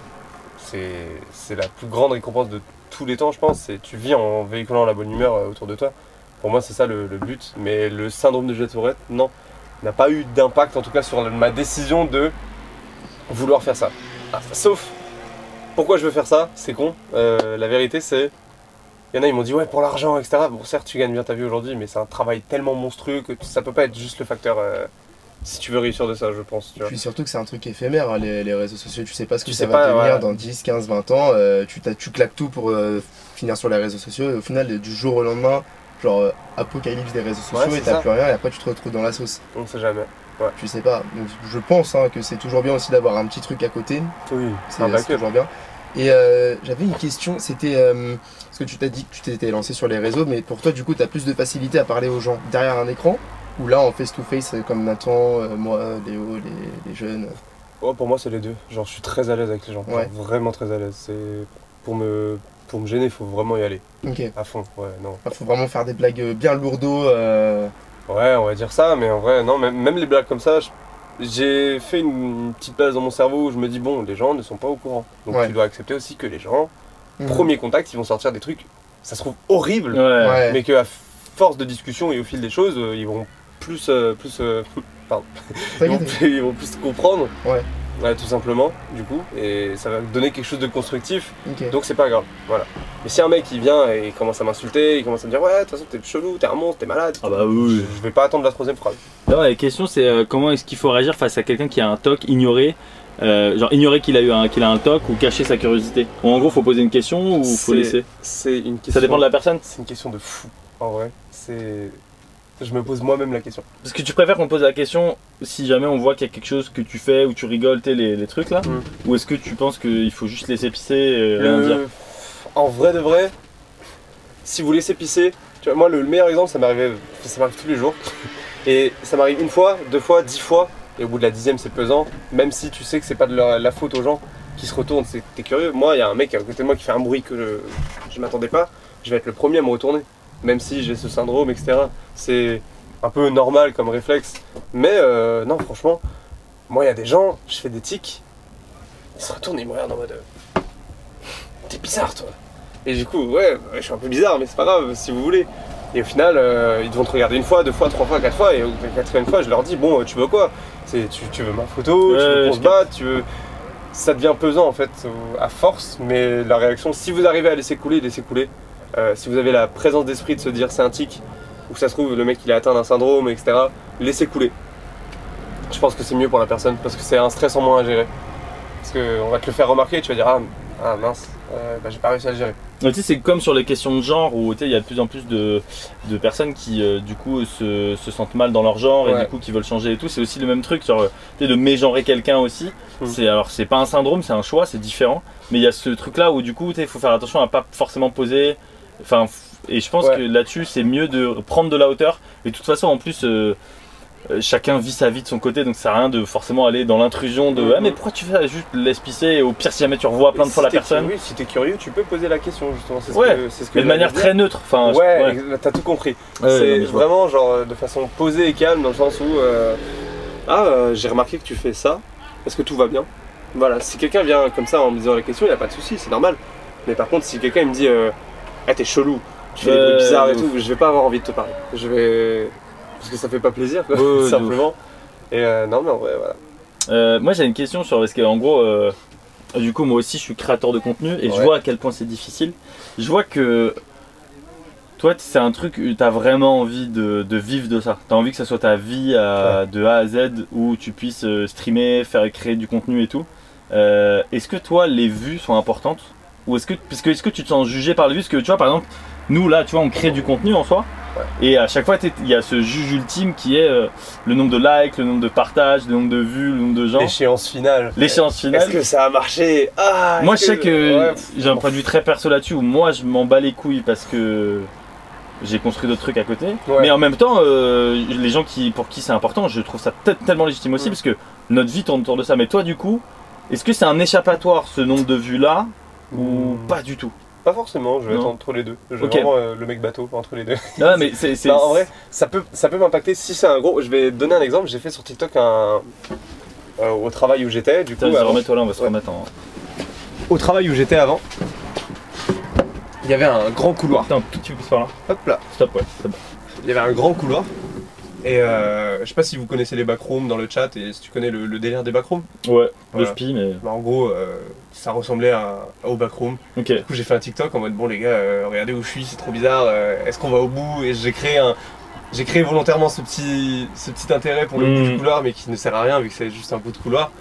c'est, c'est la plus grande récompense de tous les temps, je pense. C'est tu vis en véhiculant la bonne humeur euh, autour de toi. Pour moi, c'est ça le, le but. Mais le syndrome de Juliette Tourette, non, n'a pas eu d'impact en tout cas sur la- ma décision de vouloir faire ça. Ah, sauf, pourquoi je veux faire ça C'est con. Euh, la vérité, c'est. Il y en a, ils m'ont dit, ouais, pour l'argent, etc. Bon, certes, tu gagnes bien ta vie aujourd'hui, mais c'est un travail tellement monstrueux que tu- ça peut pas être juste le facteur euh, si tu veux réussir de ça, je pense. Tu vois.
Puis surtout que c'est un truc éphémère, hein, les, les réseaux sociaux, tu sais pas ce que
Tu
ça
sais
va
pas,
devenir
ouais.
dans 10, 15, 20 ans, euh, tu, t'as- tu claques tout pour euh, finir sur les réseaux sociaux, et au final, du jour au lendemain, genre euh, apocalypse des réseaux sociaux,
Ouais,
et
c'est
t'as
ça.
plus rien, et après tu te retrouves dans la sauce.
On sait jamais. Ouais.
Tu sais pas, donc je pense hein, que c'est toujours bien aussi d'avoir un petit truc à côté.
Oui,
c'est euh,
un
c'est
backup.
toujours bien. Et euh, j'avais une question, c'était euh, parce que tu t'as dit que tu t'étais lancé sur les réseaux, mais pour toi, du coup, tu as plus de facilité à parler aux gens derrière un écran ou là en face-to-face euh, comme Nathan, euh, moi, Léo, les, les jeunes euh,
Ouais, pour moi, c'est les deux. Genre, je suis très à l'aise avec les gens.
Ouais.
Genre, vraiment très à l'aise. C'est pour me pour me gêner, il faut vraiment y aller.
Ok.
À fond. Ouais, non.
Il faut vraiment faire des blagues euh, bien lourdeaux. euh,
Ouais, on va dire ça, mais en vrai, non, même, même les blagues comme ça, je- j'ai fait une, petite place dans mon cerveau où je me dis, bon, les gens ne sont pas au courant. Donc
Ouais.
tu dois accepter aussi que les gens,
Mhm.
premier contact, ils vont sortir des trucs, ça se trouve horrible,
Ouais. Ouais.
mais qu'à force de discussion et au fil des choses, euh, ils vont plus. euh, plus euh, pardon. Ils vont, plus, ils vont plus se comprendre.
Ouais.
tout simplement, du coup, et ça va donner quelque chose de constructif.
Ok.
Donc c'est pas grave, voilà. Mais si un mec il vient et il commence à m'insulter, il commence à me dire ouais, de toute façon t'es chelou, t'es un monstre, t'es malade.
Ah bah oui.
Je vais pas attendre la troisième phrase.
Non, la question c'est euh, comment est-ce qu'il faut réagir face à quelqu'un qui a un toc, ignoré, euh, genre ignorer qu'il a eu un, qu'il a un toc ou cacher sa curiosité. Ou en gros, faut poser une question ou faut
C'est-
laisser.
C'est une question.
Ça dépend de la personne.
C'est une question de fou, en vrai. C'est. Je me pose moi-même la question.
Parce que tu préfères qu'on pose la question si jamais on voit qu'il y a quelque chose que tu fais ou tu rigoles, t'es les, les trucs là, ou est-ce que tu penses qu'il faut juste laisser pisser et rien
Le-
euh, dire
En vrai de vrai, si vous laissez pisser, tu vois, moi le meilleur exemple, ça m'arrive, ça m'arrive tous les jours. Et ça m'arrive une fois, deux fois, dix fois. Et au bout de la dixième, c'est pesant. Même si tu sais que c'est pas de leur- la faute aux gens qui se retournent, c'est t'es curieux. Moi, il y a un mec à côté de moi qui fait un bruit que je, je m'attendais pas. Je vais être le premier à me retourner, même si j'ai ce syndrome, etc. C'est un peu normal comme réflexe. Mais euh, non, franchement, moi, il y a des gens, je fais des tics. Ils se retournent et ils me regardent en mode. euh, T'es bizarre, toi. Et du coup, ouais, bah, je suis un peu bizarre, mais c'est pas grave, si vous voulez. Et au final, euh, ils vont te regarder une fois, deux fois, trois fois, quatre fois, et au- la quatrième fois, je leur dis, bon, euh, tu veux quoi C'est- tu, tu veux ma photo, tu veux
Ouais,
qu'on
je
se batte, tu veux... Ça devient pesant, en fait, au- à force, mais la réaction, si vous arrivez à laisser couler, laissez couler. Euh, si vous avez la présence d'esprit de se dire, c'est un tic, ou que ça se trouve, le mec, il a atteint d'un syndrome, etc., laissez couler. Je pense que c'est mieux pour la personne, parce que c'est un stress en moins à gérer. Parce qu'on va te le faire remarquer, tu vas dire, ah, ah, mince, euh, bah, j'ai pas réussi à le gérer.
Mais Tu sais, c'est comme sur les questions de genre où tu sais, il y a de plus en plus de, de personnes qui euh, du coup se, se sentent mal dans leur genre et
Ouais.
du coup qui veulent changer et tout. C'est aussi le même truc, genre, tu sais, de mégenrer quelqu'un aussi.
Mm.
C'est alors c'est pas un syndrome, c'est un choix, c'est différent. Mais il y a ce truc là où du coup il faut faire attention à pas forcément poser. Enfin, f- et je pense que là-dessus c'est mieux de prendre de la hauteur. Et de toute façon en plus. euh, euh, Chacun vit sa vie de son côté, donc ça sert à rien de forcément aller dans l'intrusion de Ah, mais pourquoi tu fais ça Juste laisse pisser, et au pire, si jamais tu revois plein de
Mm, Et
fois
si
la
t'es
personne.
curieux, si t'es curieux, tu peux poser la question justement. C'est ce
Ouais,
que- c'est ce que
mais de
j'allais
manière
dire.
très neutre, enfin, je- ouais.
ouais, ex- t'as tout compris.
Ouais, non,
c'est
mais je vois.
vraiment genre euh, de façon posée et calme dans le sens où euh, ah euh, j'ai remarqué que tu fais ça. Est-ce que tout va bien Voilà. Si quelqu'un vient comme ça en me disant la question, il n'y a pas de souci, c'est normal. Mais par contre, si quelqu'un me dit euh, ah t'es chelou, tu fais des
Ouais,
bruits bizarres et
de
tout, je vais pas avoir envie de te parler. Je vais parce que ça fait pas plaisir quoi,
Ouais, ouais, de
tout simplement. Et euh, non mais en vrai voilà.
Euh, moi j'ai une question sur parce qu'en gros euh, du coup moi aussi je suis créateur de contenu et je
Ouais.
vois à quel point c'est difficile. Je vois que toi t- c'est un truc où t'as vraiment envie de, de vivre de ça. T'as envie que ça soit ta vie à- de A à Z où tu puisses euh, streamer, faire créer du contenu et tout. Euh, est-ce que toi les vues sont importantes ou est-ce que parce que est-ce que tu te sens jugé par les vues parce que tu vois par exemple nous là tu vois on crée du contenu en soi et à chaque fois t'es- il y a ce juge ultime qui est euh, le nombre de likes, le nombre de partages, le nombre de vues, le nombre de gens.
L'échéance finale.
L'échéance finale.
Est-ce que ça a marché Ah,
Moi, je
est-ce
sais que
Ouais,
j'ai un point de vue très perso là-dessus où moi je m'en bats les couilles parce que j'ai construit d'autres trucs à côté. Mais en même temps, euh, les gens qui, pour qui c'est important, je trouve ça te- tellement légitime
Mm.
aussi, parce que notre vie tourne autour de ça. Mais toi, du coup, est-ce que c'est un échappatoire ce nombre de vues-là, ou
Mm.
pas du tout
Pas forcément, je vais
Non.
être entre les deux. Je vais
Ok.
vraiment euh, le mec bateau entre les deux.
Ah, mais c'est- c'est-
Non, Bah, en vrai, ça peut, ça peut m'impacter si c'est un gros. Je vais donner un exemple. J'ai fait sur TikTok un. euh, au travail où j'étais, du coup.
Tiens, vas-y,
avant-
remets-toi là, on va se remettre en.
Au travail où j'étais avant, il y avait un grand couloir.
Putain, tout petit peu par là.
Hop là.
hein. Stop, ouais, c'est bon.
Il y avait un grand couloir. Et euh, je sais pas si vous connaissez les backrooms dans le chat et si tu connais le, le délire des backrooms.
Ouais, je pille, mais.
en gros, euh, ça ressemblait à, au backroom.
Ok.
Du coup, j'ai fait un TikTok en mode bon, les gars, euh, regardez où je suis, c'est trop bizarre, euh, est-ce qu'on va au bout Et j'ai créé un. J'ai créé volontairement ce petit, ce petit intérêt pour le bout du couloir, mais qui ne sert à rien vu que c'est juste un bout de couloir.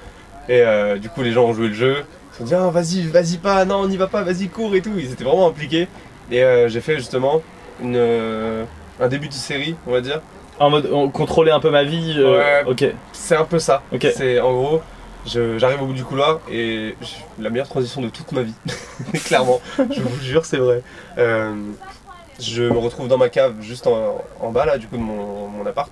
Et euh, du coup, les gens ont joué le jeu. Ils se sont dit, ah, vas-y, vas-y pas, non, on n'y va pas, vas-y, cours et tout. Ils étaient vraiment impliqués. Et euh, j'ai fait justement une, euh, un début de série, on va dire.
En mode, on- contrôler un peu ma vie. euh,
Ouais,
Ok.
C'est un peu ça.
Ok.
C'est en gros, je- j'arrive au bout du couloir et je- la meilleure transition de toute ma vie. Clairement, je vous jure, c'est vrai. Euh, je me retrouve dans ma cave juste en, en bas là, du coup, de mon, mon appart.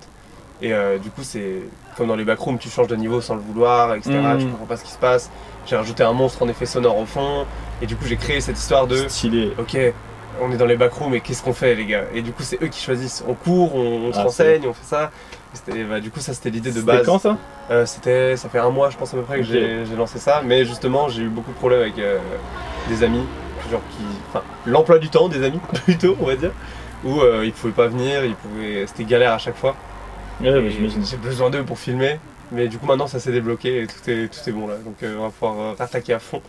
Et euh, du coup, c'est comme dans les backrooms, tu changes de niveau sans le vouloir, etc.
Mm.
Tu comprends pas ce qui se passe. J'ai rajouté un monstre en effet sonore au fond. Et du coup, j'ai créé cette histoire de.
Stylé.
Ok, on est dans les backrooms, mais qu'est-ce qu'on fait, les gars Et du coup, c'est eux qui choisissent. On court, on, on se
Ah,
renseigne, on fait ça. C'était- bah, du coup, ça, c'était l'idée de
C'était
base.
quand, ça
Euh, C'était, ça fait un mois, je pense à peu près que
Ok.
j'ai- j'ai lancé ça, mais justement, j'ai eu beaucoup de problèmes avec euh, des amis, genre qui, enfin, l'emploi du temps des amis plutôt, on va dire, où euh, ils pouvaient pas venir, ils pouvaient, c'était galère à chaque fois.
Ouais, bah,
Et
j'imagine.
J'ai besoin d'eux pour filmer, mais du coup maintenant ça s'est débloqué et tout est, tout est bon là, donc euh, on va pouvoir euh, attaquer à fond.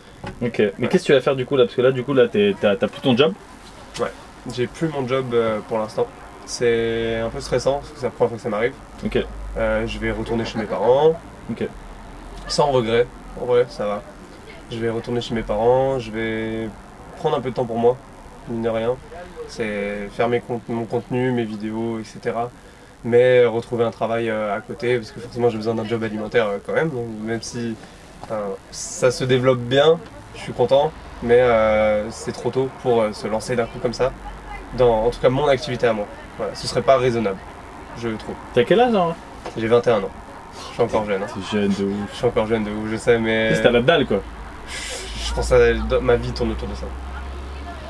Ok. Mais qu'est-ce que tu vas faire du coup là Parce que là, du coup, là, t'es- t'as t'as plus ton job.
Ouais, j'ai plus mon job euh, pour l'instant. C'est un peu stressant parce que c'est la première fois que ça m'arrive.
Ok.
Euh, je vais retourner chez mes parents.
Ok.
Sans regret. En vrai, ça va. Je vais retourner chez mes parents. Je vais prendre un peu de temps pour moi, mine de rien. C'est faire mes cont- mon contenu, mes vidéos, etc. Mais retrouver un travail euh, à côté parce que forcément j'ai besoin d'un job alimentaire euh, quand même. Donc, même si enfin, ça se développe bien, je suis content. Mais euh, c'est trop tôt pour euh, se lancer d'un coup comme ça. Dans, en tout cas, mon activité à moi. Voilà, ce serait pas raisonnable, je trouve.
T'as quel âge hein
J'ai 21 ans. Je suis encore jeune. hein.
T'es jeune de ouf. Euh,
Je suis encore jeune de ouf, je sais, mais.
T'as la dalle quoi.
Je pense à ma vie tourne autour de ça.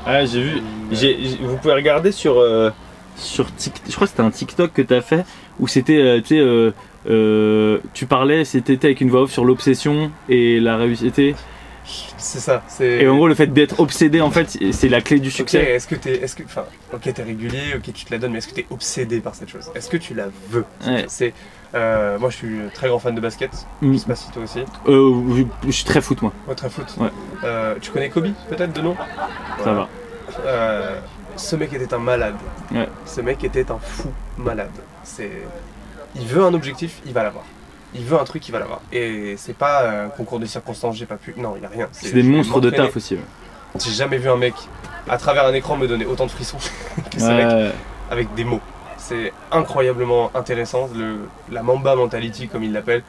Ah, j'ai vu. j'ai- j'ai- vous pouvez regarder sur, euh, sur TikTok. Je crois que c'était un TikTok que t'as fait où c'était, euh, tu sais, euh, euh, tu parlais, c'était t'étais avec une voix off sur l'obsession et la réussite.
Euh, C'est ça.
Et en gros, le fait d'être obsédé, en fait, c'est la clé du
Ok,
succès.
est-ce que t'es. Est-ce que. Enfin, ok, t'es régulier, ok, tu te la donnes, mais est-ce que t'es obsédé par cette chose Est-ce que tu la veux
Ouais.
C'est. euh, moi, je suis très grand fan de basket.
Mm.
Je sais pas si toi aussi.
Euh, je, je suis très foot, moi.
Votre foot.
Ouais.
Euh, tu connais Kobe, peut-être, de nom
Ça va.
Euh, ce mec était un malade.
Ouais.
Ce mec était un fou malade. C'est, il veut un objectif, il va l'avoir. Il veut un truc, il va l'avoir. Et c'est pas euh, concours de circonstances, j'ai pas pu. Non, il y a rien.
C'est des
je vais
monstres de
m'entraîner.
taf aussi. ouais.
J'ai jamais vu un mec à travers un écran me donner autant de frissons que ce
Ouais.
mec avec des mots. C'est incroyablement intéressant. Le, la Mamba mentality, comme il l'appelle,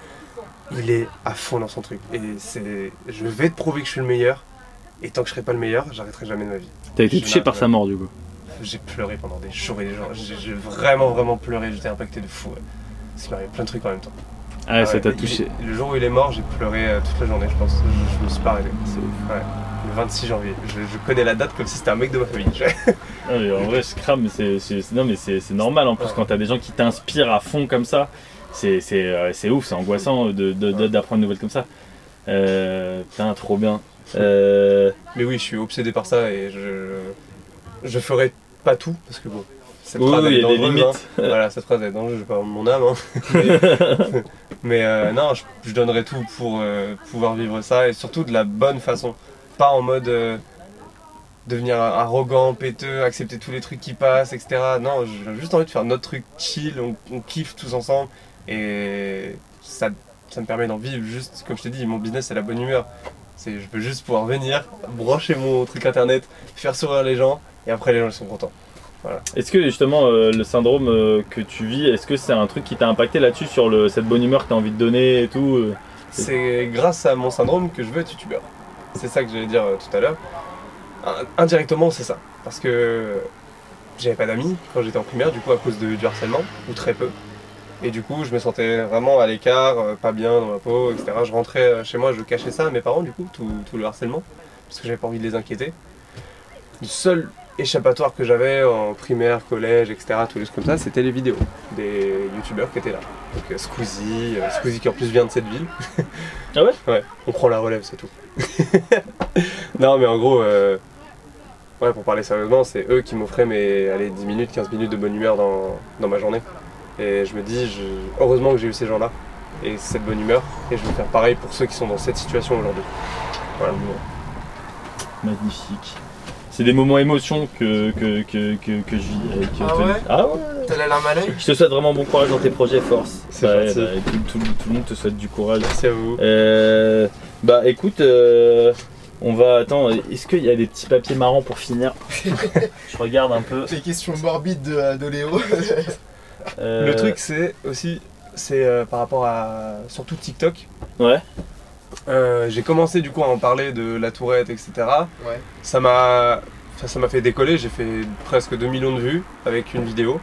il est à fond dans son truc. Et c'est, je vais te prouver que je suis le meilleur. Et tant que je serai pas le meilleur, j'arrêterai jamais de ma vie.
T'as été
Je
touché par
n'arrêterai
sa mort, du coup.
j'ai pleuré pendant des jours et des jours. J'ai j'ai vraiment, vraiment pleuré. J'étais impacté de fou. ouais. Parce qu'il m'arrivait plein de trucs en même temps.
Ah, ça t'a
il-
touché.
Le jour où il est mort, j'ai pleuré euh, toute la journée, je pense. Je, je me suis pas arrêté. Ouais. Le 26 janvier. Je, je connais la date comme si c'était un mec de ma famille.
Non, mais en vrai, je crame, mais c'est, c'est- c'est- non, mais c'est, c'est normal en plus quand t'as des gens qui t'inspirent à fond comme ça. C'est, c'est, euh, c'est ouf, c'est angoissant de, de- de- d'apprendre une nouvelle comme ça. Euh, putain, trop bien. Euh,
Mais oui, je suis obsédé par ça et je. Je ferai pas tout parce que bon. Cette
Oui,
phrase
oui,
elle est
il y a des
dangereuse,
limites.
hein. voilà, cette phrase elle est dangereuse, je vais pas vendre mon âme. hein. mais mais, euh, non, je, je donnerai tout pour euh, pouvoir vivre ça et surtout de la bonne façon. Pas en mode euh, devenir arrogant, péteux, accepter tous les trucs qui passent, etc. Non, j'ai juste envie de faire notre truc chill, on, on kiffe tous ensemble et ça, ça me permet d'en vivre. Juste, comme je t'ai dit, mon business c'est la bonne humeur. C'est, je peux juste pouvoir venir, brocher mon truc internet, faire sourire les gens et après les gens ils sont contents. Voilà.
Est-ce que justement euh, le syndrome euh, que tu vis, est-ce que c'est un truc qui t'a impacté là-dessus sur le, cette bonne humeur que t'as envie de donner et tout euh,
C'est grâce à mon syndrome que je veux être youtubeur. C'est ça que j'allais dire euh, tout à l'heure. In- Indirectement, c'est ça. Parce que j'avais pas d'amis quand j'étais en primaire, du coup, à cause de, du harcèlement, ou très peu. Et du coup, je me sentais vraiment à l'écart, euh, pas bien dans ma peau, etc. Je rentrais euh, chez moi, je cachais ça à mes parents, du coup, tout, tout le harcèlement, parce que j'avais pas envie de les inquiéter. Le seul échappatoire que j'avais en primaire, collège, etc., tous les trucs comme ça, c'était les vidéos des youtubeurs qui étaient là. Donc euh, Squeezie, euh, Squeezie qui en plus vient de cette ville.
ah ouais
Ouais, on prend la relève, c'est tout. non, mais en gros, euh, ouais, pour parler sérieusement, c'est eux qui m'offraient mes allez, 10 minutes, 15 minutes de bonne humeur dans, dans ma journée. Et je me dis, je- heureusement que j'ai eu ces gens-là et cette bonne humeur, et je vais faire pareil pour ceux qui sont dans cette situation aujourd'hui. Voilà.
Magnifique. C'est des moments émotions que, que, que, que, que je vis avec euh,
Ah
Tony.
ouais
Ah ouais
T'as la larme à l'œil
Je te souhaite vraiment bon courage dans tes projets, force.
C'est gentil.
écoute, tout, tout le monde te souhaite du courage.
Merci à vous.
bah écoute, euh, on va. Attends, est-ce qu'il y a des petits papiers marrants pour finir Je regarde un peu.
Les questions morbides de, de Léo.
Euh,
Le truc, c'est aussi, c'est euh, par rapport à surtout TikTok.
Ouais.
Euh, j'ai commencé du coup à en parler de la tourette, etc.
Ouais.
Ça m'a, ça ça m'a fait décoller. J'ai fait presque 2 millions de vues avec une vidéo.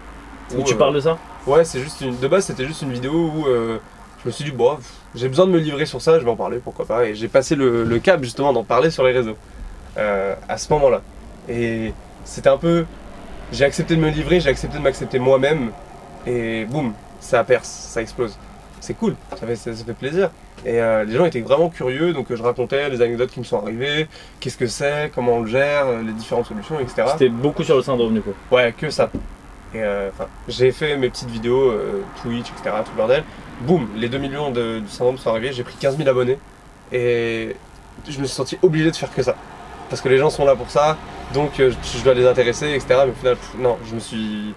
Où
euh,
tu parles de ça
Ouais, c'est juste une. De base, c'était juste une vidéo où euh, je me suis dit, bon, pff, j'ai besoin de me livrer sur ça. Je vais en parler, pourquoi pas. Et j'ai passé le, le cap justement d'en parler sur les réseaux euh, à ce moment-là. Et c'était un peu, j'ai accepté de me livrer, j'ai accepté de m'accepter moi-même. Et boum, ça perce, ça explose. C'est cool, ça fait, ça, ça fait plaisir. Et euh, les gens étaient vraiment curieux, donc euh, je racontais les anecdotes qui me sont arrivées, qu'est-ce que c'est, comment on le gère, euh, les différentes solutions, etc.
C'était beaucoup sur le syndrome du coup.
Ouais, que ça. Et euh, enfin, j'ai fait mes petites vidéos euh, Twitch, etc., tout le bordel. Boum, les 2 millions de, du syndrome sont arrivés, j'ai pris 15 000 abonnés. Et je me suis senti obligé de faire que ça. Parce que les gens sont là pour ça, donc euh, je, je dois les intéresser, etc. Mais au final, pff, non, je me suis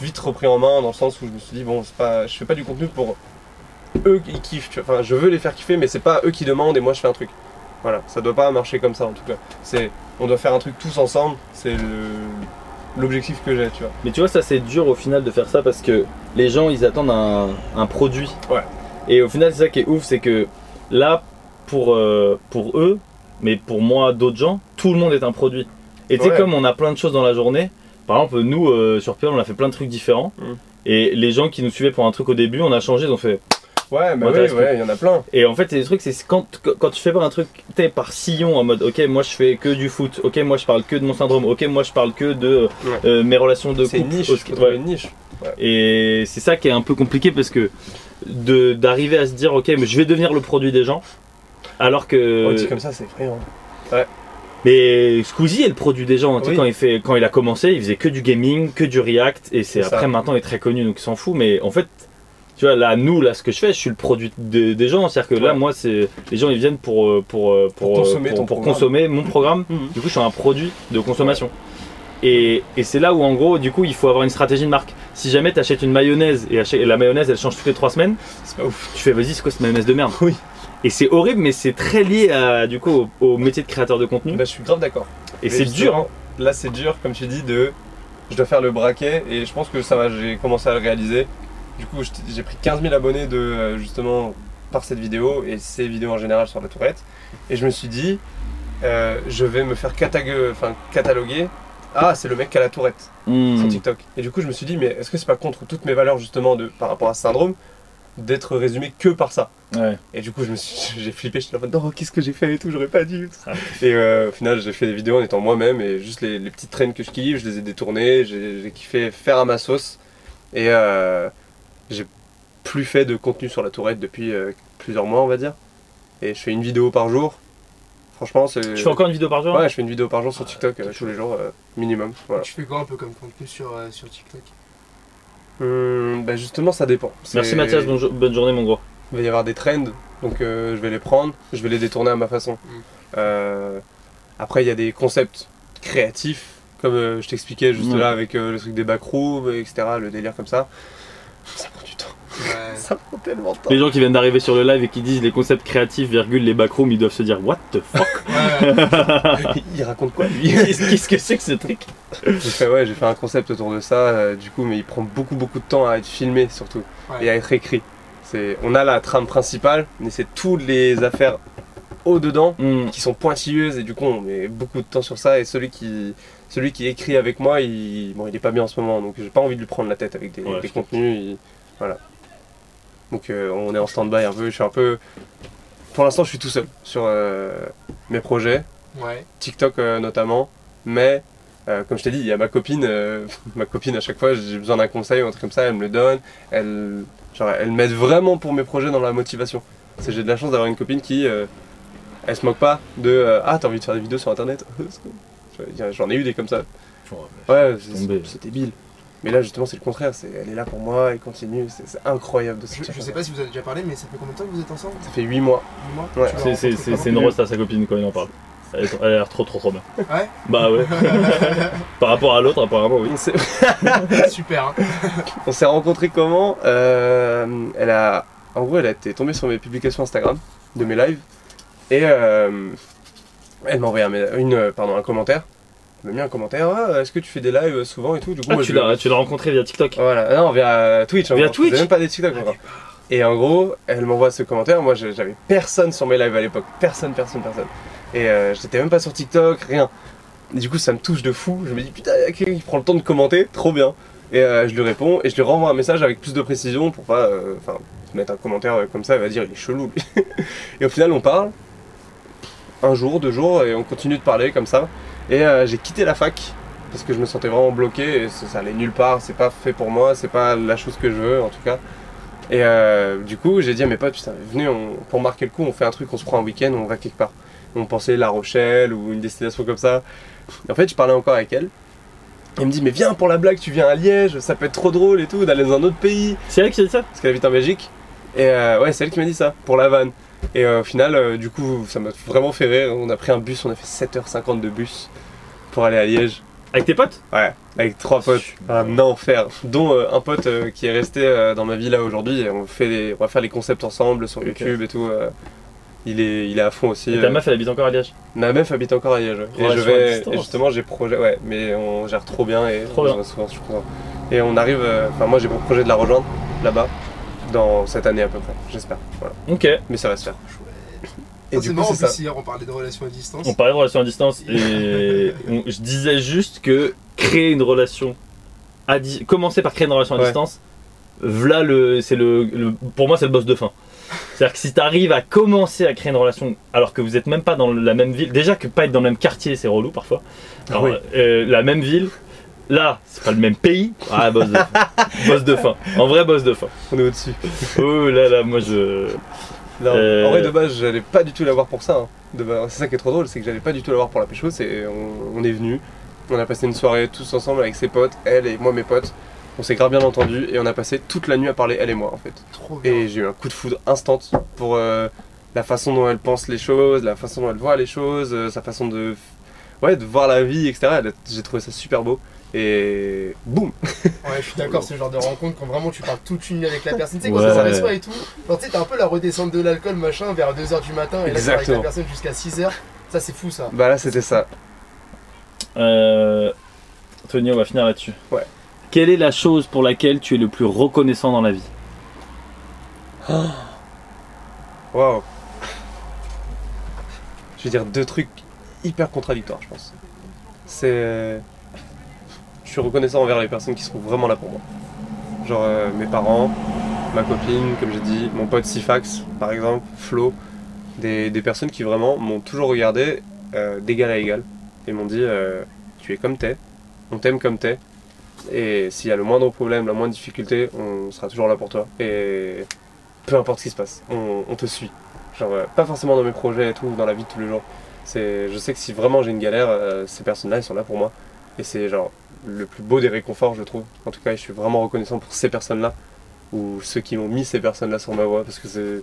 vite repris en main dans le sens où je me suis dit, bon, c'est pas, je fais pas du contenu pour eux qui kiffent, tu vois. Enfin, je veux les faire kiffer, mais c'est pas eux qui demandent et moi je fais un truc. Voilà, ça doit pas marcher comme ça en tout cas. C'est, on doit faire un truc tous ensemble. C'est le- l'objectif que j'ai, tu vois.
Mais tu vois, ça c'est dur au final de faire ça parce que les gens ils attendent un, un produit.
Ouais.
Et au final, c'est ça qui est ouf, c'est que là, pour, euh, pour eux, mais pour moi, d'autres gens, tout le monde est un produit. Et tu sais,
Ouais.
comme on a plein de choses dans la journée, par exemple, nous euh, sur PL, on a fait plein de trucs différents.
Mm.
Et les gens qui nous suivaient pour un truc au début, on a changé, ils ont fait.
Ouais, bah
M'intéresse
oui, ouais,
plus.
il y en a plein.
Et en fait, c'est des trucs, c'est quand, quand tu fais pas un truc, t'es par sillon en mode, ok, moi je fais que du foot, ok, moi je parle que de mon syndrome, ok, moi je parle que de euh, mes relations de couple.
C'est une niche,
ok,
faut trouver une niche.
Et c'est ça qui est un peu compliqué parce que de- d'arriver à se dire, ok, mais je vais devenir le produit des gens, alors que.
On dit comme ça, c'est effrayant. Ouais.
Mais Squeezie est le produit des gens. tu sais,
Oui.
Quand, il fait, quand il a commencé, il faisait que du gaming, que du React, et c'est
C'est ça.
après maintenant il est très connu, donc il s'en fout. Mais en fait, tu vois, là, nous, là, ce que je fais, je suis le produit de- des gens. C'est-à-dire que là, moi, c'est les gens, ils viennent pour euh, pour euh, pour,
Pour
euh,
consommer ton programme. Mhm.
consommer mon programme. Du coup, je suis un produit de consommation. Et, et c'est là où en gros, du coup, il faut avoir une stratégie de marque. Si jamais tu achètes une mayonnaise et, achè- et la mayonnaise elle change toutes les trois semaines, tu fais vas-y, c'est quoi cette mayonnaise de merde Oui. Et c'est horrible, mais c'est très lié à, du coup, au, au métier de créateur de contenu.
Bah, je suis grave d'accord.
Et
Mais
c'est dur.
justement,
hein.
Là, c'est dur, comme tu dis, de je dois faire le braquet et je pense que ça va, j'ai commencé à le réaliser. Du coup, je t- j'ai pris 15 000 abonnés de euh, justement par cette vidéo et ces vidéos en général sur la tourette. Et je me suis dit, euh, je vais me faire catague- enfin, cataloguer. Ah, c'est le mec qui a la tourette
Hmm.
sur TikTok. Et du coup, je me suis dit, mais est-ce que c'est pas contre toutes mes valeurs justement de, par rapport à ce syndrome d'être résumé que par ça
Ouais.
et du coup, je me suis, j'ai flippé, j'étais en mode, non, qu'est-ce que j'ai fait et tout, j'aurais pas dû.
Ah,
Et euh, au final, j'ai fait des vidéos en étant moi-même et juste les, les petites traînes que je kiffe, je les ai détournées, j'ai j'ai kiffé faire à ma sauce. Et euh, j'ai plus fait de contenu sur la tourette depuis euh, plusieurs mois, on va dire. Et je fais une vidéo par jour. Franchement, c'est.
Tu fais encore Ah, une vidéo par jour hein.
Ouais, je fais une vidéo par jour sur TikTok euh, tous les jours, euh, minimum. Voilà.
Tu fais quoi un peu comme contenu sur, euh, sur TikTok
Hum, bah justement, ça dépend.
Merci
C'est-
Mathias, bonjo- bonne journée mon gros.
Il va y avoir des trends, donc euh, je vais les prendre, je vais les détourner à ma façon. Euh, après, il y a des concepts créatifs, comme euh, je t'expliquais juste
Mm.
là avec euh, le truc des backrooms, etc., le délire comme ça. Ça prend du temps. ça prend tellement de temps.
Les gens qui viennent d'arriver sur le live et qui disent les concepts créatifs, virgule, les backrooms, ils doivent se dire What the fuck
Il raconte quoi lui
Qu'est-ce qu'est-ce que c'est que ce truc
j'ai fait, ouais, j'ai fait un concept autour de ça, euh, du coup, mais il prend beaucoup, beaucoup de temps à être filmé surtout
Ouais.
et à être écrit. C'est, on a la trame principale, mais c'est toutes les affaires haut dedans,
Hmm.
qui sont pointilleuses et du coup on met beaucoup de temps sur ça. Et celui qui, celui qui écrit avec moi, il, bon, il est pas bien en ce moment, donc j'ai pas envie de lui prendre la tête avec des,
Ouais,
des
je
contenus. il- voilà. Donc euh, on est en stand-by un peu. Je suis un peu. Pour l'instant, je suis tout seul sur euh, mes projets,
Ouais.
TikTok euh, notamment, mais euh, comme je t'ai dit, il y a ma copine, euh, ma copine à chaque fois, j'ai besoin d'un conseil ou un truc comme ça, elle me le donne, elle, genre, elle m'aide vraiment pour mes projets dans la motivation. C'est- J'ai de la chance d'avoir une copine qui, euh, elle se moque pas de euh, Ah, t'as envie de faire des vidéos sur internet J'en ai eu des comme ça. Ouais, c'est- c'est c'est débile. Mais là, justement, c'est le contraire, c'est elle est là pour moi, elle continue, c'est c'est incroyable de
Je,
se
je sais pas si vous avez déjà parlé, mais ça fait combien de temps que vous êtes ensemble
Ça fait 8 mois.
Huit mois
Ouais.
Tu
C'est-
l'as
C'est
rencontré
c'est- c'est une
comment
roast à sa copine quand il en parle. Elle est- elle a l'air trop trop trop bien.
Ouais
Bah ouais. Par rapport à l'autre, apparemment, oui.
Super. hein.
On s'est rencontrés comment Euh, Elle a, en gros, elle a été tombée sur mes publications Instagram de mes lives et euh, elle m'a envoyé un, mé- une, euh, pardon, un commentaire. Elle m'a mis un commentaire. Ah, Est-ce que tu fais des lives souvent et tout Du coup,
Ah,
moi,
tu
je-
l'as tu l'as rencontré via TikTok.
Voilà, non, via Twitch.
Via
encore. Je faisais
Twitch
même pas des TikTok encore. Et en gros, elle m'envoie ce commentaire. Moi, je- j'avais personne sur mes lives à l'époque. Personne, personne, personne. Et euh, j'étais même pas sur TikTok, rien. Et du coup, ça me touche de fou. Je me dis, putain, il y a quelqu'un qui prend le temps de commenter, trop bien. Et euh, je lui réponds et je lui renvoie un message avec plus de précision pour pas euh, enfin, mettre un commentaire euh, comme ça. Elle va dire, il est chelou lui. et au final, on parle un jour, deux jours, et on continue de parler comme ça. Et euh, j'ai quitté la fac parce que je me sentais vraiment bloqué et ça, ça allait nulle part, c'est pas fait pour moi, c'est pas la chose que je veux en tout cas. Et euh, du coup, j'ai dit à mes potes, putain, venez, on- pour marquer le coup, on fait un truc, on se prend un week-end, on va quelque part. On pensait La Rochelle ou une destination comme ça. En fait, je parlais encore avec elle. Elle me dit, mais viens pour la blague, tu viens à Liège, ça peut être trop drôle et tout, d'aller dans un autre pays.
C'est elle qui dit ça
Parce qu'elle habite en Belgique. Et euh, ouais, c'est elle qui m'a dit ça, pour la vanne. Et euh, au final, euh, du coup, ça m'a vraiment fait rire. On a pris un bus, on a fait 7h50 de bus pour aller à Liège.
Avec tes potes
Ouais, avec trois potes. Un enfer. Dont euh, un pote euh, qui est resté euh, dans ma vie là aujourd'hui. et On, fait des- on va faire les concepts ensemble sur YouTube et tout. euh, il, est, il est à fond aussi.
Et ta
euh.
meuf, elle habite encore à Liège
Ma meuf habite encore à Liège. ouais. Et je
Relation à
vais.
distance.
et justement, j'ai projet. Ouais, mais on gère trop bien et
Trop
on se
bien.
voit souvent, je suis content. Et on arrive. euh, Enfin, moi, j'ai pour projet de la rejoindre là-bas dans cette année à peu près, j'espère. Voilà.
Ok.
Mais ça va se faire. Et du
Ça, Ah, c'est
coup,
marrant, en
c'est
plus,
ça.
hier, on parlait de relations à distance.
On parlait de relation à distance et on- je disais juste que créer une relation à di- commencer par créer une relation à
Ouais.
distance, voilà le, c'est le, le- pour moi c'est le boss de fin. C'est-à-dire que si tu arrives à commencer à créer une relation alors que vous n'êtes même pas dans la même ville, déjà que pas être dans le même quartier c'est relou parfois, Alors,
Oui.
euh, la même ville, là c'est pas le même pays, ah boss de fin. boss de fin, en vrai boss de fin.
On est au-dessus.
Oh là là, moi je.
Non,
Euh,
En vrai, de base, j'allais pas du tout l'avoir pour ça. hein. De base, C'est ça qui est trop drôle, c'est que j'allais pas du tout l'avoir pour la pécho. C'est on, on est venu, on a passé une soirée tous ensemble avec ses potes, elle et moi mes potes. On s'est grave bien entendu et on a passé toute la nuit à parler elle et moi en fait. Et j'ai eu un coup de foudre instant pour euh, la façon dont elle pense les choses, la façon dont elle voit les choses, euh, sa façon de ouais de voir la vie, etc. Elle a- J'ai trouvé ça super beau et boum.
Ouais, je suis d'accord, c'est le genre de rencontre quand vraiment tu parles toute une nuit avec la personne. Tu sais, quand
Ouais.
ça s'arrête pas et tout. Genre, tu sais, t'as un peu la redescente de l'alcool, machin, vers 2h du matin, et là, tu parles avec la
Exactement.
personne jusqu'à 6h. Ça, c'est fou, ça.
Bah là c'était ça.
Euh, Tony, on va finir là-dessus.
Ouais.
Quelle est la chose pour laquelle tu es le plus reconnaissant dans la vie
Waouh. Je vais dire deux trucs hyper contradictoires, je pense. C'est. euh, Je suis reconnaissant envers les personnes qui sont vraiment là pour moi. Genre euh, mes parents, ma copine, comme j'ai dit, mon pote Sifax, par exemple, Flo. Des, des personnes qui vraiment m'ont toujours regardé euh, d'égal à égal et m'ont dit euh, Tu es comme t'es, on t'aime comme t'es, et s'il y a le moindre problème, la moindre difficulté, on sera toujours là pour toi. Et peu importe ce qui se passe, on, on te suit. Genre, euh, pas forcément dans mes projets et tout, dans la vie de tous les jours. C'est, je sais que si vraiment j'ai une galère, euh, ces personnes-là, elles sont là pour moi. Et c'est genre le plus beau des réconforts, je trouve. En tout cas, je suis vraiment reconnaissant pour ces personnes-là, ou ceux qui m'ont mis ces personnes-là sur ma voie, parce que c'est,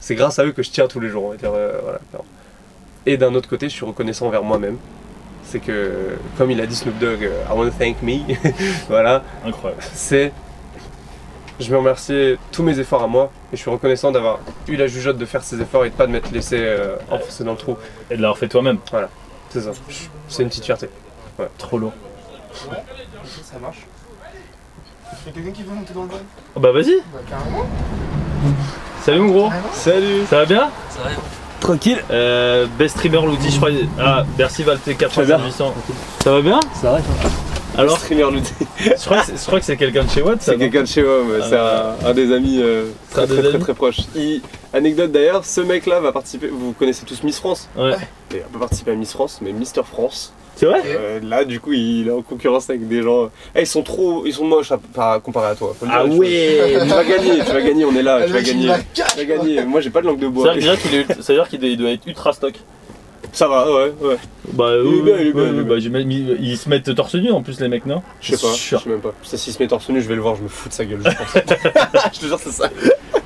c'est grâce à eux que je tiens tous les jours, on va dire. euh, voilà. Alors, et d'un autre côté, je suis reconnaissant envers moi-même. C'est que, comme il a dit Snoop Dogg, euh, I want to thank me. voilà.
Incroyable.
C'est. Je me remercie tous mes efforts à moi et je suis reconnaissant d'avoir eu la jugeote de faire ces efforts et de pas de m'être laissé euh, enfoncer dans le trou.
Et de l'avoir fait toi-même.
Voilà, c'est ça. Je- C'est une petite fierté. Ouais.
Trop lourd.
Ça marche. Y'a quelqu'un qui veut monter dans le van
Oh, bah vas-y
Bah, carrément.
Salut mon gros
Carrément.
Salut
Ça va bien
Ça va
Tranquille. Euh, best streamer Loudi, je crois. Ah, merci Val T4 800. Ça va bien
Ça va,
Alors
streamer Loudi.
Je crois que c'est- je crois que c'est quelqu'un de chez Watt. ça,
C'est
non
quelqu'un de chez WOM, c'est
Ah.
un, un des amis euh,
Un
très,
des
très, très,
amis.
très proche. Il- anecdote d'ailleurs, ce mec-là va participer, vous connaissez tous Miss France
Ouais.
Et on peut participer à Miss France, mais Mister France.
C'est vrai
Euh, Là, du coup, il est en concurrence avec des gens. Eh, ils sont trop, ils sont moches à, par- comparé à toi. faut le
Ah
dire,
ouais.
Tu vas gagner, tu vas gagner, on est là,
Le
tu vas
mec, il
gagner.
la
Tu vas gagner. Moi, j'ai pas de langue de bois.
C'est-à-dire qu'il est- c'est-à-dire qu'il doit- il doit être ultra stock.
Ça va, ouais, ouais.
Bah,
Il est
oui,
bien, il est bien,
oui,
il est
oui,
bien.
bah, j'imagine- ils ils se mettent torse nu en plus, les mecs, non
Je sais pas, je
Sûr.
sais même pas. Ça, s'il se met torse nu, je vais le voir, je me fous de sa gueule, je pense. je te jure, c'est ça.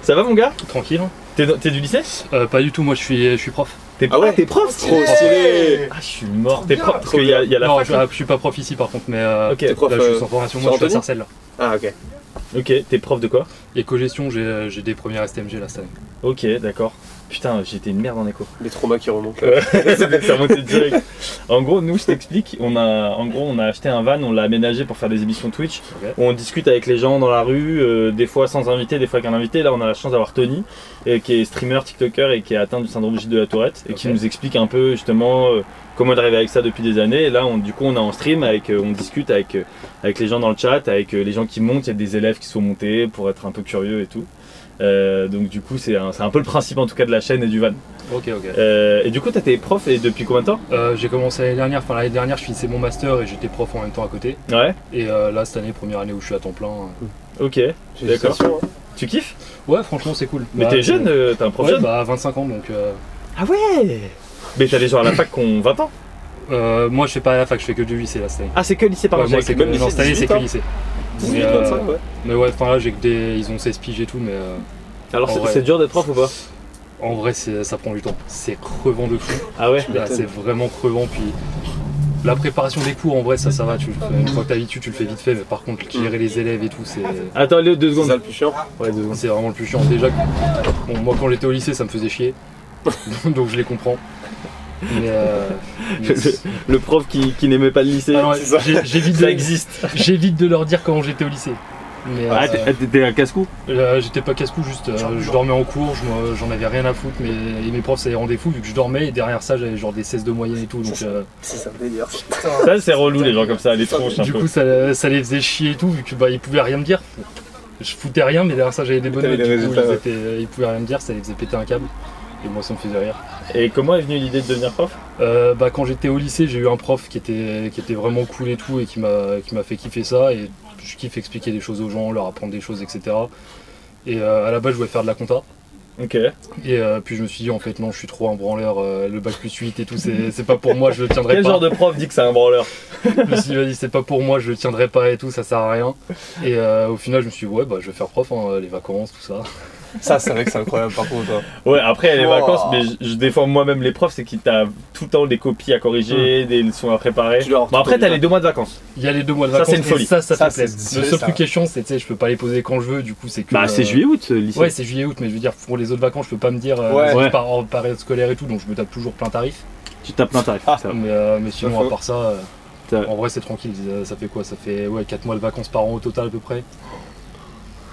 Ça va, mon gars
Tranquille.
T'es, du lycée
Euh, Pas du tout, moi je suis, je suis prof.
T'es
ah ouais,
t'es prof
Trop stylé
Ah, je suis mort. T'es prof Parce qu'il y a, il y a la
Non,
fac,
je,
là.
ah, je suis pas prof ici par contre, mais euh,
Ok. T'es prof,
là, je suis
euh,
sans formation,
sur
moi je suis à
Antony
Sarcelles là.
Ah ok.
Ok, t'es prof de quoi
Éco-gestion, j'ai euh, j'ai des premières STMG là cette année.
Ok, d'accord. Putain, j'étais une merde en écho.
Les traumas qui remontent.
Ouais, ça remontait direct. En gros, nous, je t'explique, on a, en gros, on a acheté un van, on l'a aménagé pour faire des émissions Twitch. où on discute avec les gens dans la rue, euh, des fois sans invité, des fois avec un invité. Là, on a la chance d'avoir Tony, euh, qui est streamer, TikToker et qui est atteint du syndrome J de la Tourette, et qui
Ok.
nous explique un peu justement euh, comment il arrivé avec ça depuis des années. Et là, on, du coup, on est en stream, avec, euh, on discute avec, euh, avec les gens dans le chat, avec euh, les gens qui montent. Il y a des élèves qui sont montés pour être un peu curieux et tout. Euh, donc, du coup, c'est un, c'est un peu le principe en tout cas de la chaîne et du van.
Ok, ok.
Euh, et du coup, t'as été prof et depuis combien de temps
Euh, j'ai commencé l'année dernière, enfin l'année dernière je finissais mon master et j'étais prof en même temps à côté.
Ouais.
Et euh, là cette année, première année où je suis à temps plein. euh,
Ok, d'accord.
hein.
Tu kiffes
Ouais, franchement c'est cool. Bah,
Mais t'es jeune, euh, t'es un prof
ouais,
jeune.
Bah 25 ans donc. euh,
Ah ouais Mais t'as les gens à la fac qui ont 20 ans
euh, moi je fais pas à la fac, je fais que du lycée là cette année.
Ah, c'est que lycée, pardon,
Ouais, moi,
j'avais
c'est que,
cru- même
non,
lycée,
cette année c'est
18,
que
hein.
lycé.
18,
Mais, euh,
25, ouais.
Mais ouais, enfin là j'ai que des. Ils ont 16 piges et tout, mais. euh,
Alors,
en
c'est-
vrai-
c'est dur d'être prof ou pas
En vrai, c'est- ça prend du temps. C'est crevant de fou.
Ah ouais
Bah, C'est vraiment crevant. Puis la préparation des cours, en vrai, ça, ça va. Tu le fais- une fois que t'as l'habitude, tu le fais vite fait. Mais par contre, gérer les élèves et tout, c'est.
Attends, Léo, deux secondes.
C'est ça le
plus chiant
Ah, Ouais, deux secondes.
C'est vraiment le plus chiant. Déjà, que- bon, moi quand j'étais au lycée, ça me faisait chier. Donc je les comprends. Mais. euh, mais
le, le prof qui, qui n'aimait pas le lycée.
Ah non, j'ai- j'évite
ça
de-
existe.
J'évite de leur dire comment j'étais au lycée. Mais,
Ah,
euh,
t'es- t'étais un casse-cou
Euh, j'étais pas casse-cou, juste euh, je dormais en cours, je m'en- j'en avais rien à foutre, mais et mes profs ça les rendait fous vu que je dormais et derrière ça j'avais genre des 16 de moyenne et tout donc. euh,
C'est ça, délire.
Ça, c'est relou, les gens comme ça, les tronches un
du
peu.
coup ça, ça les faisait chier et tout vu que bah ils pouvaient rien me dire. Je foutais rien mais derrière ça j'avais des bonnes
T'avais
notes,
des
du coup,
résultats,
ils,
ouais.
étaient- ils pouvaient rien me dire, ça les faisait péter un câble. Et moi ça me faisait rire.
Et comment est venue l'idée de devenir prof
Euh, bah, quand j'étais au lycée, j'ai eu un prof qui était, qui était vraiment cool et tout, et qui m'a, qui m'a fait kiffer ça. Et je kiffe expliquer des choses aux gens, leur apprendre des choses, etc. Et euh, à la base, je voulais faire de la compta.
Ok.
Et euh, puis je me suis dit, en fait, non, je suis trop un branleur, euh, le bac plus 8 et tout, c'est, c'est pas pour moi, je le tiendrai
Quel
pas.
genre de prof dit que c'est un branleur
Je me suis dit, vas-y, c'est pas pour moi, je le tiendrai pas et tout, ça sert à rien. Et euh, au final, je me suis dit, ouais, bah, je vais faire prof, hein, les vacances, tout ça.
Ça, c'est vrai que c'est incroyable par contre. hein.
Ouais, après les
Oh.
vacances, mais je, je défends moi-même les profs, c'est qu'ils t'as tout le temps des copies à corriger, des leçons à préparer. Bon, Bah, après, t'as les deux mois de vacances.
Il y a les deux mois de
Ça,
vacances.
c'est une
et
folie.
Ça, ça,
Ça,
fait plaisir.
c'est-
Le
c'est
seul
ça.
truc qui est chiant, c'est que je peux pas les poser quand je veux. Du coup, c'est que.
Bah, c'est juillet-août, euh, lycée.
Ouais, c'est juillet-août, mais je veux dire, pour les autres vacances, je peux pas me dire. euh,
Ouais.
c'est
Ouais.
par, en période scolaire et tout, donc je me tape toujours plein tarif.
Tu tapes plein tarif. ça.
Mais, euh, mais
Ah.
sinon,
Pas faux.
à part ça, euh, en vrai, c'est tranquille. Euh, Ça fait quoi Ça fait ouais, 4 mois de vacances par an au total, à peu près.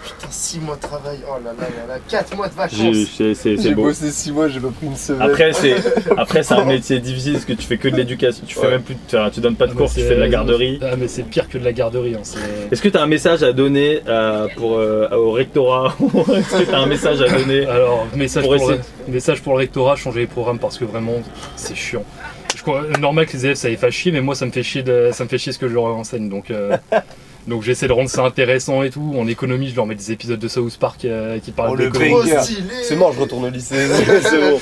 Putain, 6 mois de travail, oh là là là là, 4 mois de
J'ai-
vacances.
c'est- c'est- c'est
J'ai
beau.
bossé 6 mois, j'ai pas pris une semaine.
Après, c'est après c'est un métier difficile parce que tu fais que de l'éducation, tu fais
Ouais.
même plus, de- tu, tu donnes pas de
Ah, mais
cours, tu
c'est-
fais de la garderie.
Ah, mais c'est pire que de la garderie. hein, c'est-
Est-ce que tu as un message à donner euh, pour, euh, au rectorat Est-ce que tu as un message à donner
Alors, message
Pour
pour,
essayer
le, message pour le rectorat, changer les programmes parce que vraiment, c'est chiant. Je crois, euh, normal que les élèves ça les fasse chier, mais moi ça me fait chier, de- ça me fait chier ce que je leur enseigne. Donc, euh, donc j'essaie de rendre ça intéressant et tout. En économie, je leur mets des épisodes de South Park euh, qui parlent
Oh, le
d'économie.
banger. C'est mort, je retourne au lycée. c'est bon.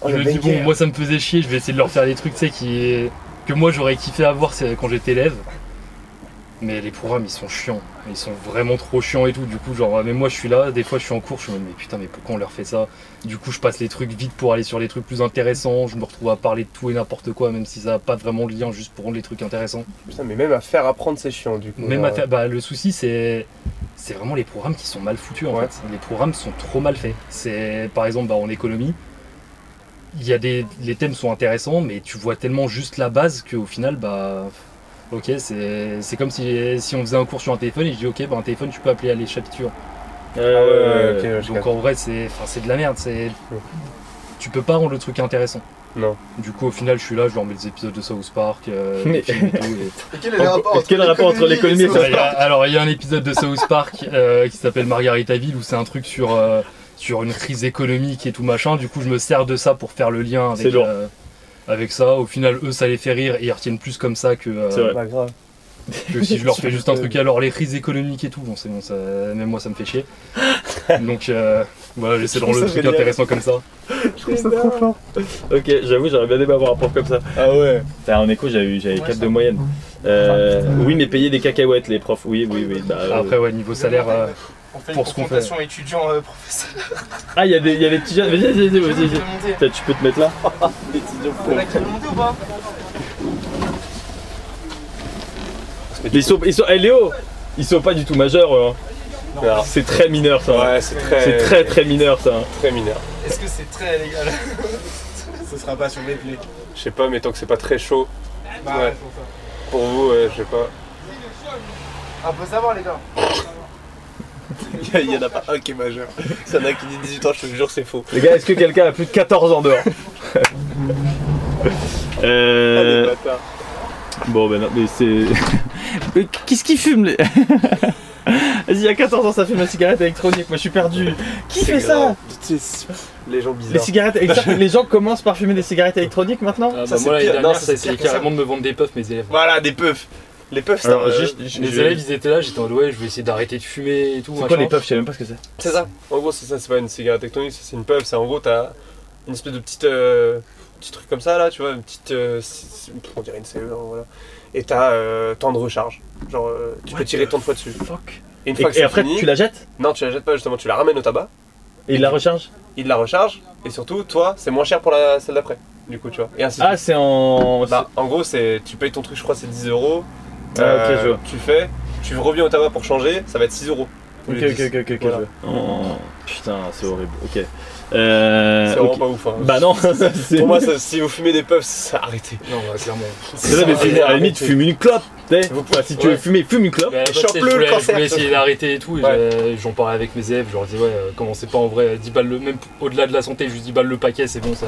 Oh,
je
le
me dis,
banger.
bon, moi ça me faisait chier, je vais essayer de leur faire des trucs, tu sais, qui... que moi j'aurais kiffé avoir c'est quand j'étais élève. Mais les programmes ils sont chiants, ils sont vraiment trop chiants et tout. Du coup, genre, ah, mais moi je suis là, des fois je suis en cours, je suis en mode, mais putain, mais pourquoi on leur fait ça Du coup, je passe les trucs vite pour aller sur les trucs plus intéressants, je me retrouve à parler de tout et n'importe quoi, même si ça n'a pas vraiment de lien, juste pour rendre les trucs intéressants.
Putain, mais même à faire apprendre, c'est chiant du coup. euh,
Même
genre,
à faire, bah, le souci c'est c'est vraiment les programmes qui sont mal foutus en fait. Les programmes sont trop mal faits. C'est par exemple bah, en économie, il y a des les thèmes sont intéressants, mais tu vois tellement juste la base qu'au final bah ok c'est c'est comme si si on faisait un cours sur un téléphone et je dis ok bah un téléphone tu peux appeler à Euh, les chapitures.
ouais, ouais, ouais, ok, ouais, je
donc en vrai c'est enfin, c'est de la merde c'est
tu peux pas rendre le truc intéressant.
Non.
Du coup, au final, je suis là, je leur mets des épisodes de South Park. euh,
Mais-
des films et tout, et-
Et quel est le rapport entre
Quel rapport entre l'économie et
Ouais,
South
il y a-
Park
Alors, il y a un épisode de South Park euh, qui s'appelle Margaritaville où c'est un truc sur, euh, sur une crise économique et tout machin. Du coup, je me sers de ça pour faire le lien
C'est
avec,
lourd.
euh, avec ça. Au final, eux, ça les fait rire et ils retiennent plus comme ça que, euh,
C'est vrai. Pas
grave.
que si je leur fais juste un truc. Alors, les crises économiques et tout, bon, c'est bon, ça, même moi, ça me fait chier. Donc, euh, voilà, j'essaie de rendre le
Je
truc
trouve ça génial.
intéressant comme ça.
Je trouve ça trop fort. Ok, j'avoue, j'aurais bien aimé avoir un prof comme ça. Ah ouais T'as un écho, j'avais j'avais 4 de moyenne. Euh, oui, mais payer des cacahuètes, les profs. Oui, oui, oui. bah,
Ah,
euh,
Après, ouais, niveau salaire, euh, pour ce qu'on fait.
Confrontation étudiant-professeur.
Ah, il y, a des- il y a des petits jeunes. Vas-y, vas-y, vas-y, vas-y.
monter.
Peut-être Tu peux te mettre là
monter ou pas
Mais Ils sont, ils sont, eh, Léo, ils sont pas du tout majeurs. eux, hein. C'est très mineur ça.
Ouais, c'est très-
c'est très, très mineur ça.
Très mineur.
Est-ce que c'est très légal Ce sera pas sur mes plaies.
Je sais pas, mais tant que c'est pas très chaud.
Bah,
ouais.
c'est
Pour vous, ouais, je sais pas.
Ah, faut savoir, les gars.
Il y en a pas un qui est majeur. Il y en a qui dit 18 ans, je te jure, c'est faux.
Les gars, est-ce que quelqu'un a plus de 14 ans dehors
Ah,
Euh, Bon, ben non, mais c'est. Mais Qu'est-ce qu'il fume les... Vas-y, il y a 14 ans, ça fume la cigarette électronique. Moi, je suis perdu. Qui
C'est
fait ça
grave. Tu sais, Les gens bizarres.
les, cigarettes électroniques- les gens commencent par fumer des cigarettes électroniques maintenant
Ça, bah, c'est moi, l'année pire. dernière, Non, ça, ça, c'est c'est pire que ça. carrément
de me vendre des puffs, mes élèves.
Voilà, des puffs. Les puffs, c'est
Alors,
un-
juste,
euh,
les élèves, ils étaient là, j'étais en mode, ouais, je vais essayer d'arrêter de fumer et tout. machin.
Je sais même pas ce que c'est.
C'est ça. En gros, c'est ça, c'est pas une cigarette électronique, c'est c'est une puff. C'est en gros, t'as une espèce de petite. euh, petit truc comme ça, là, tu vois, une petite. euh, c- c- on dirait une CE, hein, voilà. Et t'as euh, temps de recharge. Genre, euh, tu peux tirer tant de fois dessus. Et, une
Et-
fois que
et
c'est
après,
fini-
tu la jettes
Non, tu la jettes pas, justement, tu la ramènes au tabac.
Et il la recharge
Il la recharge, et surtout, toi, c'est moins cher pour la, celle d'après. Du coup, tu vois. Et ainsi de
Ah, c'est en.
bah, en gros, c'est tu payes ton truc, je crois, c'est 10 euros. Euh,
Ah, ok, je vois.
Tu fais, tu reviens au tabac pour changer, ça va être 6 euros.
Ok, ok, ok, ok, ok,
Voilà.
je vois. Oh, putain, c'est horrible. Ok. Euh,
C'est vraiment
ok.
pas ouf. hein.
Bah non, c'est-
Pour moi, ça- si vous fumez des puffs, ça arrêtez. Non, clairement.
C'est là, mais fume- à la limite, fume une clope. tu sais. Enfin, si tu veux
Ouais.
fumer, fume une clope.
Mais à Bah, la base, tu sais, je voulais- Je voulais essayer d'arrêter et tout. et j'ai- J'en parlais avec mes élèves, je leur disais, ouais, euh, commencez pas en vrai, 10 balles le même au-delà de la santé, juste 10 balles le paquet, c'est bon, ça,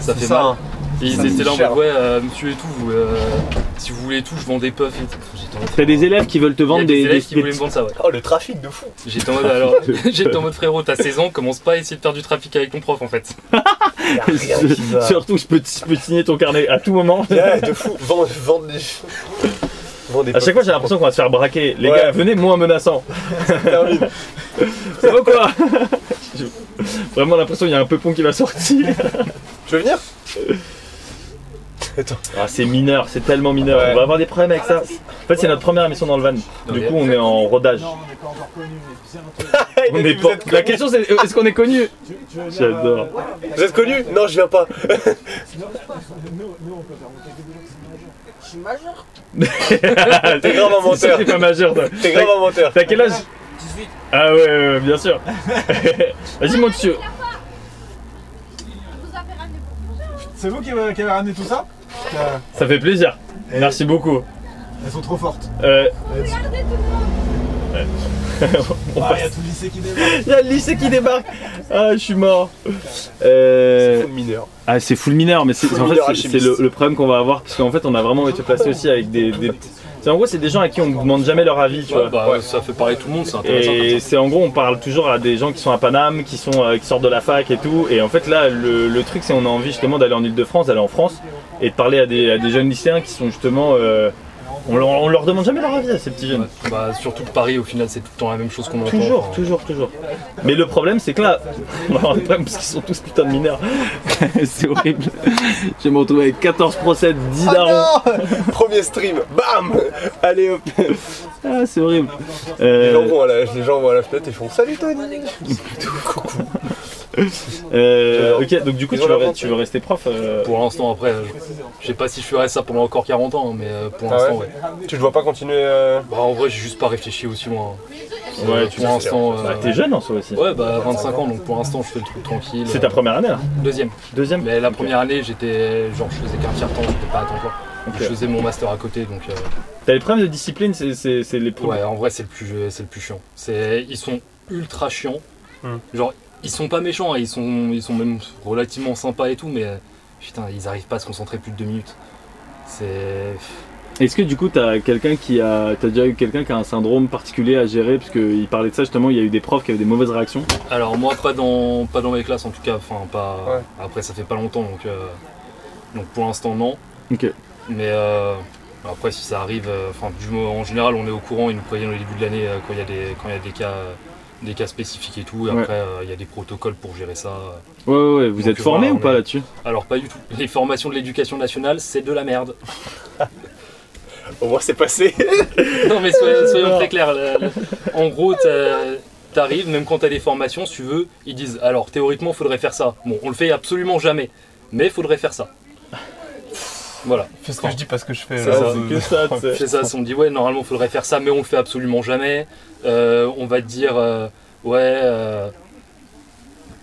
ça
C'est
fait
ça,
mal.
hein.
Et ils
Ça
étaient
coûte
là en
cher.
mode, ouais, euh, monsieur et tout, vous, euh, si vous voulez tout, je vends des puffs et tout. J'étais en mode,
T'as des élèves qui veulent te
Il y
vendre
a
des.
des élèves
des-
qui
des-
voulaient me vendre ça, ouais.
Oh, le trafic de fou
J'étais en mode, alors, j'étais en mode frérot, t'as 16 ans, commence pas à essayer de faire du trafic avec ton prof en fait.
Surtout, je peux, te- je peux te signer ton carnet à tout moment.
Ouais, de fou. Vend, vend des. vend des
À chaque fois, j'ai l'impression qu'on va se faire braquer. Les
Ouais.
gars, venez moins menaçant. C'est bon quoi J'ai Vraiment l'impression qu'il y a un peupon qui va sortir.
Tu veux venir
Ah, c'est mineur, c'est tellement mineur. On va avoir des problèmes avec ça. En fait, c'est notre première émission dans le van. Du coup, on est en rodage. on est pas- La question, c'est est-ce qu'on est connu J'adore.
Vous êtes connu Non, je viens pas.
Je suis majeur.
T'es
grave un menteur.
T'es pas majeur, toi.
T'es grave un menteur.
T'as quel âge 18. Ah ouais, ouais, ouais, bien sûr. Vas-y, monte dessus.
C'est vous qui avez qui avez ramené tout ça Putain,
Ça fait plaisir. Merci beaucoup.
Elles sont trop fortes.
Euh,
Regardez tout
on
Ah, il y a
passe.
tout le lycée qui
Il y a le lycée qui débarque. Ah, je suis mort. Euh,
full mineur.
Ah, c'est full mineur, mais c'est
Full
en fait,
mineur
c'est-
alchimiste.
c'est le, le problème qu'on va avoir parce qu'en fait, on a vraiment été placé aussi avec des. des- c'est- en gros, c'est des gens à qui on demande jamais leur avis, tu vois.
Bah, ça fait pareil tout le monde, c'est intéressant.
Et c'est en gros, on parle toujours à des gens qui sont à Paname, qui, sont, euh, qui sortent de la fac et tout. Et en fait, là, le, le truc, c'est on a envie justement d'aller en Ile-de-France, d'aller en France et de parler à des, à des jeunes lycéens qui sont justement. euh, on, leur, on leur demande jamais leur avis à ces petits jeunes.
Bah, surtout que Paris, au final, c'est tout le temps la même chose qu'on entend.
Toujours,
Enfin,
toujours, toujours. Mais le problème, c'est que là, on va avoir des problèmes parce qu'ils sont tous putain de mineurs. c'est horrible. Je vais me retrouver avec 14 procès, 10 darons.
Premier stream, bam Allez hop
Ah, c'est horrible.
Les, gens
Euh,
vont à la, les gens vont à la fenêtre et font Salut Tony
euh, ok, donc du coup,
Ils
tu
ont
veux,
la
re-
vente.
tu veux rester prof euh,
Pour l'instant, après, je- je sais pas si je ferai ça pendant encore 40 ans, mais euh, pour
Ah
l'instant, ouais.
Tu te vois pas continuer euh,
Bah, en vrai, j'ai juste pas réfléchi aussi loin.
Ouais, tu
pour
sais
l'instant. euh,
faire. Bah, t'es jeune en soi aussi.
Ouais, bah, 25 ans, donc pour l'instant, je fais le truc tranquille. euh,
C'est ta première année, là
Deuxième.
Deuxième
Mais la première année, j'étais. Genre, je faisais qu'un tiers temps, j'étais pas à temps plein.
Ok.
Je faisais mon master à côté, donc. euh,
T'as les problèmes de discipline, c'est- c'est c'est les
Ouais,
problèmes. Hmm.
en vrai, c'est le plus, c'est le plus chiant. C'est, ils sont ultra chiants. Genre, ils sont pas méchants, hein, ils sont, ils sont même relativement sympas et tout, mais euh, putain, ils arrivent pas à se concentrer plus de deux minutes. C'est.
Est-ce que du coup, t'as quelqu'un qui a, t'as déjà eu quelqu'un qui a un syndrome particulier à gérer parce qu'il parlait de ça justement, il y a eu des profs qui avaient des mauvaises réactions.
Alors moi, pas dans, pas dans mes classes en tout cas, enfin pas. Après, ça fait pas longtemps donc. euh, donc pour l'instant, non.
Ok.
Mais euh, après, si ça arrive, euh, enfin, du moins, en général, on est au courant, ils nous préviennent au début de l'année euh, quand il y a des, quand il y a des cas, euh, des cas spécifiques et tout. Et
Ouais.
après, euh, il y a des protocoles pour gérer ça.
Ouais, ouais, ouais. Vous
Donc,
êtes formé
voilà,
ou
on
pas
est-
là-dessus
Alors pas du tout. Les formations de l'éducation nationale, c'est de la merde.
Au moins, c'est passé.
non mais soyons, soyons très clairs. le- le- en gros, t'as- t'arrives, même quand t'as des formations, si tu veux, ils disent alors théoriquement, faudrait faire ça. Bon, on le fait absolument jamais, mais faudrait faire ça. Voilà.
Fais ce que je dis, pas ce que je fais. euh,
C'est
là,
ça,
vous-
c'est
Euh,
C'est ça, on dit ouais, normalement faudrait faire ça, mais on le fait absolument jamais. Euh, on va te dire euh, ouais, euh,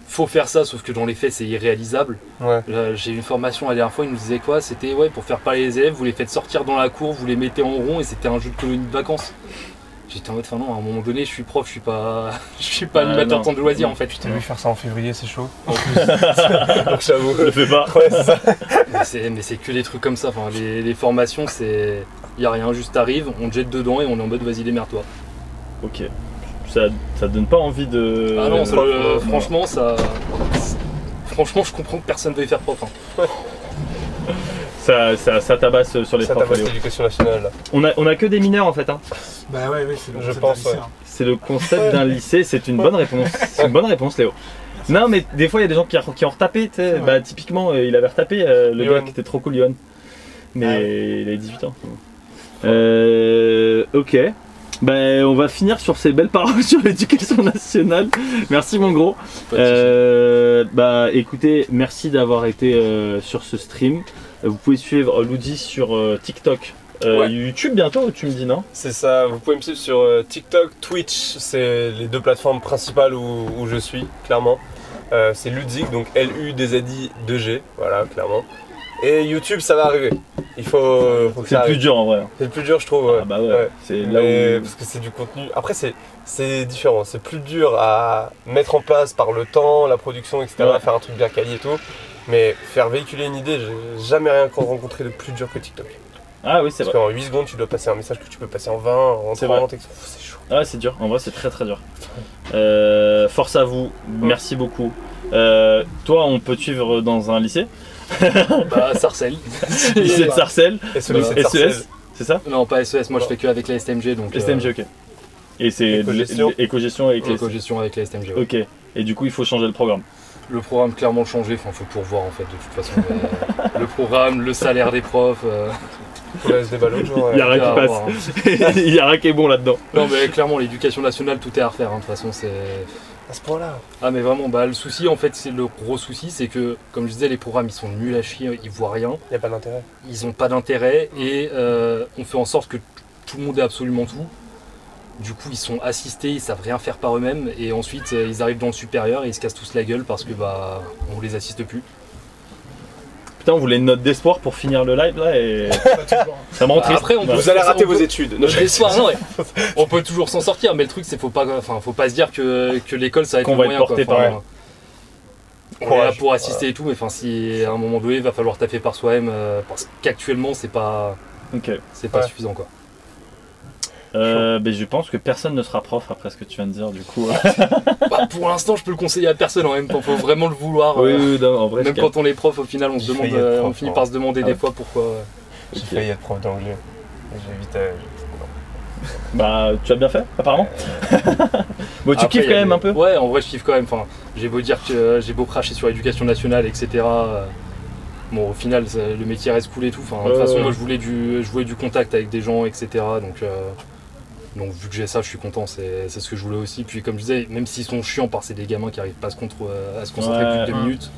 faut faire ça, sauf que dans les faits c'est irréalisable.
Ouais.
Euh, J'ai eu une formation la dernière fois, ils nous disaient quoi C'était ouais, pour faire parler les élèves, vous les faites sortir dans la cour, vous les mettez en rond et c'était un jeu de colonie de vacances. J'étais en mode, enfin non, à un moment donné, je suis prof, je suis pas, je suis pas
Ah,
animateur
non.
de temps de loisirs en fait.
Putain, lui faire ça en février, c'est chaud. En plus.
Donc
j'avoue.
Je le fais pas.
Ouais, c'est ça.
Mais c'est- Mais c'est que des trucs comme ça. Enfin, les, les formations, c'est. Y a rien, juste t'arrives, on te jette dedans et on est en mode vas-y, démerde-toi.
Ok. Ça, ça te donne pas envie de.
Ah non, ça,
Euh,
euh,
non.
franchement, ça. Franchement, je comprends que personne veuille faire prof. hein.
Ça, ça, ça tabasse sur les
Ça
profs.
tabasse
Léo.
l'éducation nationale. là.
On a, on a que des mineurs en fait. Hein.
Bah ouais, ouais, c'est le
Je
concept
pense,
d'un lycée,
ouais.
hein.
C'est le concept d'un lycée, c'est une bonne réponse. C'est une bonne réponse, Léo. Non, mais des fois, il y a des gens qui, qui ont retapé, tu sais. Bah, typiquement, euh, il avait retapé euh, le
Yohan.
gars qui était trop cool, Yohan. Mais
Ah
il avait 18 ans. Euh, ok. Ben, on va finir sur ces belles paroles sur l'éducation nationale. Merci mon gros. Euh, bah écoutez, merci d'avoir été euh, sur ce stream. Euh, Vous pouvez suivre euh, Luigi sur euh, TikTok, Euh, YouTube bientôt, tu me dis non
C'est ça, vous pouvez me suivre sur euh, TikTok, Twitch, c'est les deux plateformes principales où, où je suis, clairement. Euh, c'est Ludig, donc L-U-D-Z-I-2-G, voilà, clairement. Et YouTube, ça va arriver. Il faut. euh, faut que
C'est
ça
le plus
arrive.
dur en vrai.
C'est le plus dur, je trouve. Ouais.
bah ouais, c'est là
Mais
où-
Parce que c'est du contenu. Après, c'est, c'est différent. C'est plus dur à mettre en place par le temps, la production, etc.
Ouais.
Faire un truc bien quali et tout. Mais faire véhiculer une idée, j'ai jamais rien encore rencontré de plus dur que TikTok.
Ah oui, c'est
Parce
vrai.
qu'en 8 secondes, tu dois passer un message que tu peux passer en 20, en
C'est vrai.
30, etc. Pff, C'est chaud.
Ah ouais, c'est dur, en vrai c'est très très dur. Euh, force à vous, merci beaucoup. Euh, toi, on peut te suivre dans un lycée
Bah, Sarcelles.
lycée de Sarcelles,
SES.
SES, c'est ça
Non, pas SES,
Bah.
moi je fais que avec la STMG. Donc, euh,
STMG, ok. Et c'est
Éco-gestion.
l- éco-gestion avec les.
Éco-gestion avec la STMG. ouais.
Ok. Et du coup, il faut changer le programme.
Le programme clairement changé, enfin faut pourvoir en fait de toute façon. mais, euh, le programme, le salaire des profs. euh,
On laisse des balles jour.
Il y a rien
à
qui
avoir, hein.
passe. Il y a rien qui est bon là-dedans.
Non mais clairement l'éducation nationale tout est à refaire hein, de toute façon c'est.
À ce point-là.
Ah mais vraiment bah le souci en fait c'est le gros souci c'est que comme je disais les programmes ils sont nuls à chier, ils voient rien.
Il n'y a pas d'intérêt.
Ils n'ont pas d'intérêt et euh, on fait en sorte que tout le monde ait absolument tout. Du coup ils sont assistés, ils savent rien faire par eux-mêmes et ensuite euh, ils arrivent dans le supérieur et ils se cassent tous la gueule parce que bah on les assiste plus.
Putain, on voulait une note d'espoir pour finir le live là et.
hein.
ça me
Ah,
rend triste.
Après, on peut-
Ouais.
on peut- Notre espoir, non, mais on peut toujours s'en sortir, mais le truc, c'est faut pas, enfin, faut pas se dire que, que l'école, ça va être
Qu'on
le
va être
moyen,
porté
quoi.
par-
Enfin, On est là pour assister et tout, mais enfin, si à un moment donné, il va falloir taper par soi-même, euh, parce qu'actuellement, c'est pas,
Ok.
c'est pas
Ouais.
suffisant, quoi.
Euh, ben, je pense que personne ne sera prof après ce que tu viens de dire du coup.
Bah, pour l'instant, je peux le conseiller à personne en même temps. Faut vraiment le vouloir.
Oui,
euh,
oui, non, en vrai,
même
je
quand
capte.
on est prof, au final, on
J'ai
se demande,
failli être
euh, on
prof,
finit
moi.
par se demander
Ah
des
ouais.
fois pourquoi. euh,
J'ai
Ok.
failli être prof d'anglais. Et J'ai vite. euh,
Bah, tu as bien fait, apparemment. bon, tu
Après,
kiffes
y
quand
a
même
des-
un peu
Ouais, en vrai, je kiffe quand même. Enfin, j'ai beau dire que euh, j'ai beau cracher sur l'éducation nationale, etc. euh, Bon, au final, ça- le métier reste cool et tout. Enfin, de toute
Ouais,
façon,
ouais.
moi, je voulais du, je voulais du contact avec des gens, etc. Donc, euh, donc vu que j'ai ça, je suis content. C'est c'est ce que je voulais aussi. Puis, comme je disais, même s'ils sont chiants par c'est des gamins qui arrivent pas à se, contre- euh, à se concentrer
Ouais.
plus de deux
Ouais.
minutes,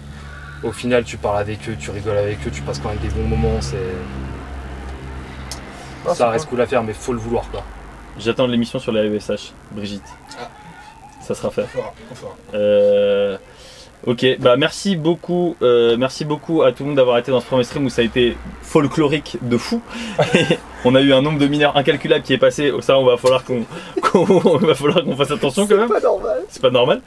au final, tu parles avec eux, tu rigoles avec eux, tu passes quand même des bons moments. C'est
Ah, c'est
ça reste cool à faire, mais faut le vouloir, quoi.
J'attends l'émission Ah. sur la ESH, Brigitte. Ça sera fait.
On fera, on fera.
Euh, Ok, bah merci beaucoup, euh, merci beaucoup à tout le monde d'avoir été dans ce premier stream où ça a été folklorique de fou. Et on a eu un nombre de mineurs incalculable qui est passé. Ça, on va falloir qu'on, qu'on- il va falloir qu'on fasse attention quand même. C'est pas normal. C'est pas normal.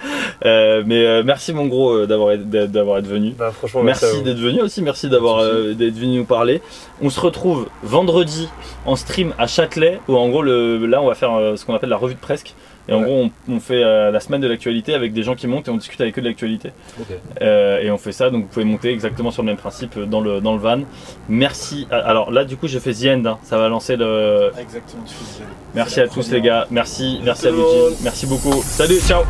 Euh, mais euh, merci mon gros euh, d'avoir été- d'avoir été venu.
franchement, merci
merci,
à vous.
d'être venu aussi, merci d'avoir euh, d'être venu nous parler. On se retrouve vendredi en stream à Châtelet où en gros le, là on va faire euh, ce qu'on appelle la revue de presque. Et en gros, on, on fait euh, la semaine de l'actualité avec des gens qui montent et on discute avec eux de l'actualité.
Ok.
Euh, et on fait ça, donc vous pouvez monter exactement sur le même principe euh, dans le, dans le van. Merci. à- Alors là, du coup, je fais The End, hein. ça va lancer le.
Exactement, tu fais The End.
Merci
C'est la
à tous les
première.
gars, merci, merci à
tout le
Luigi,
monde.
merci beaucoup. Salut, ciao!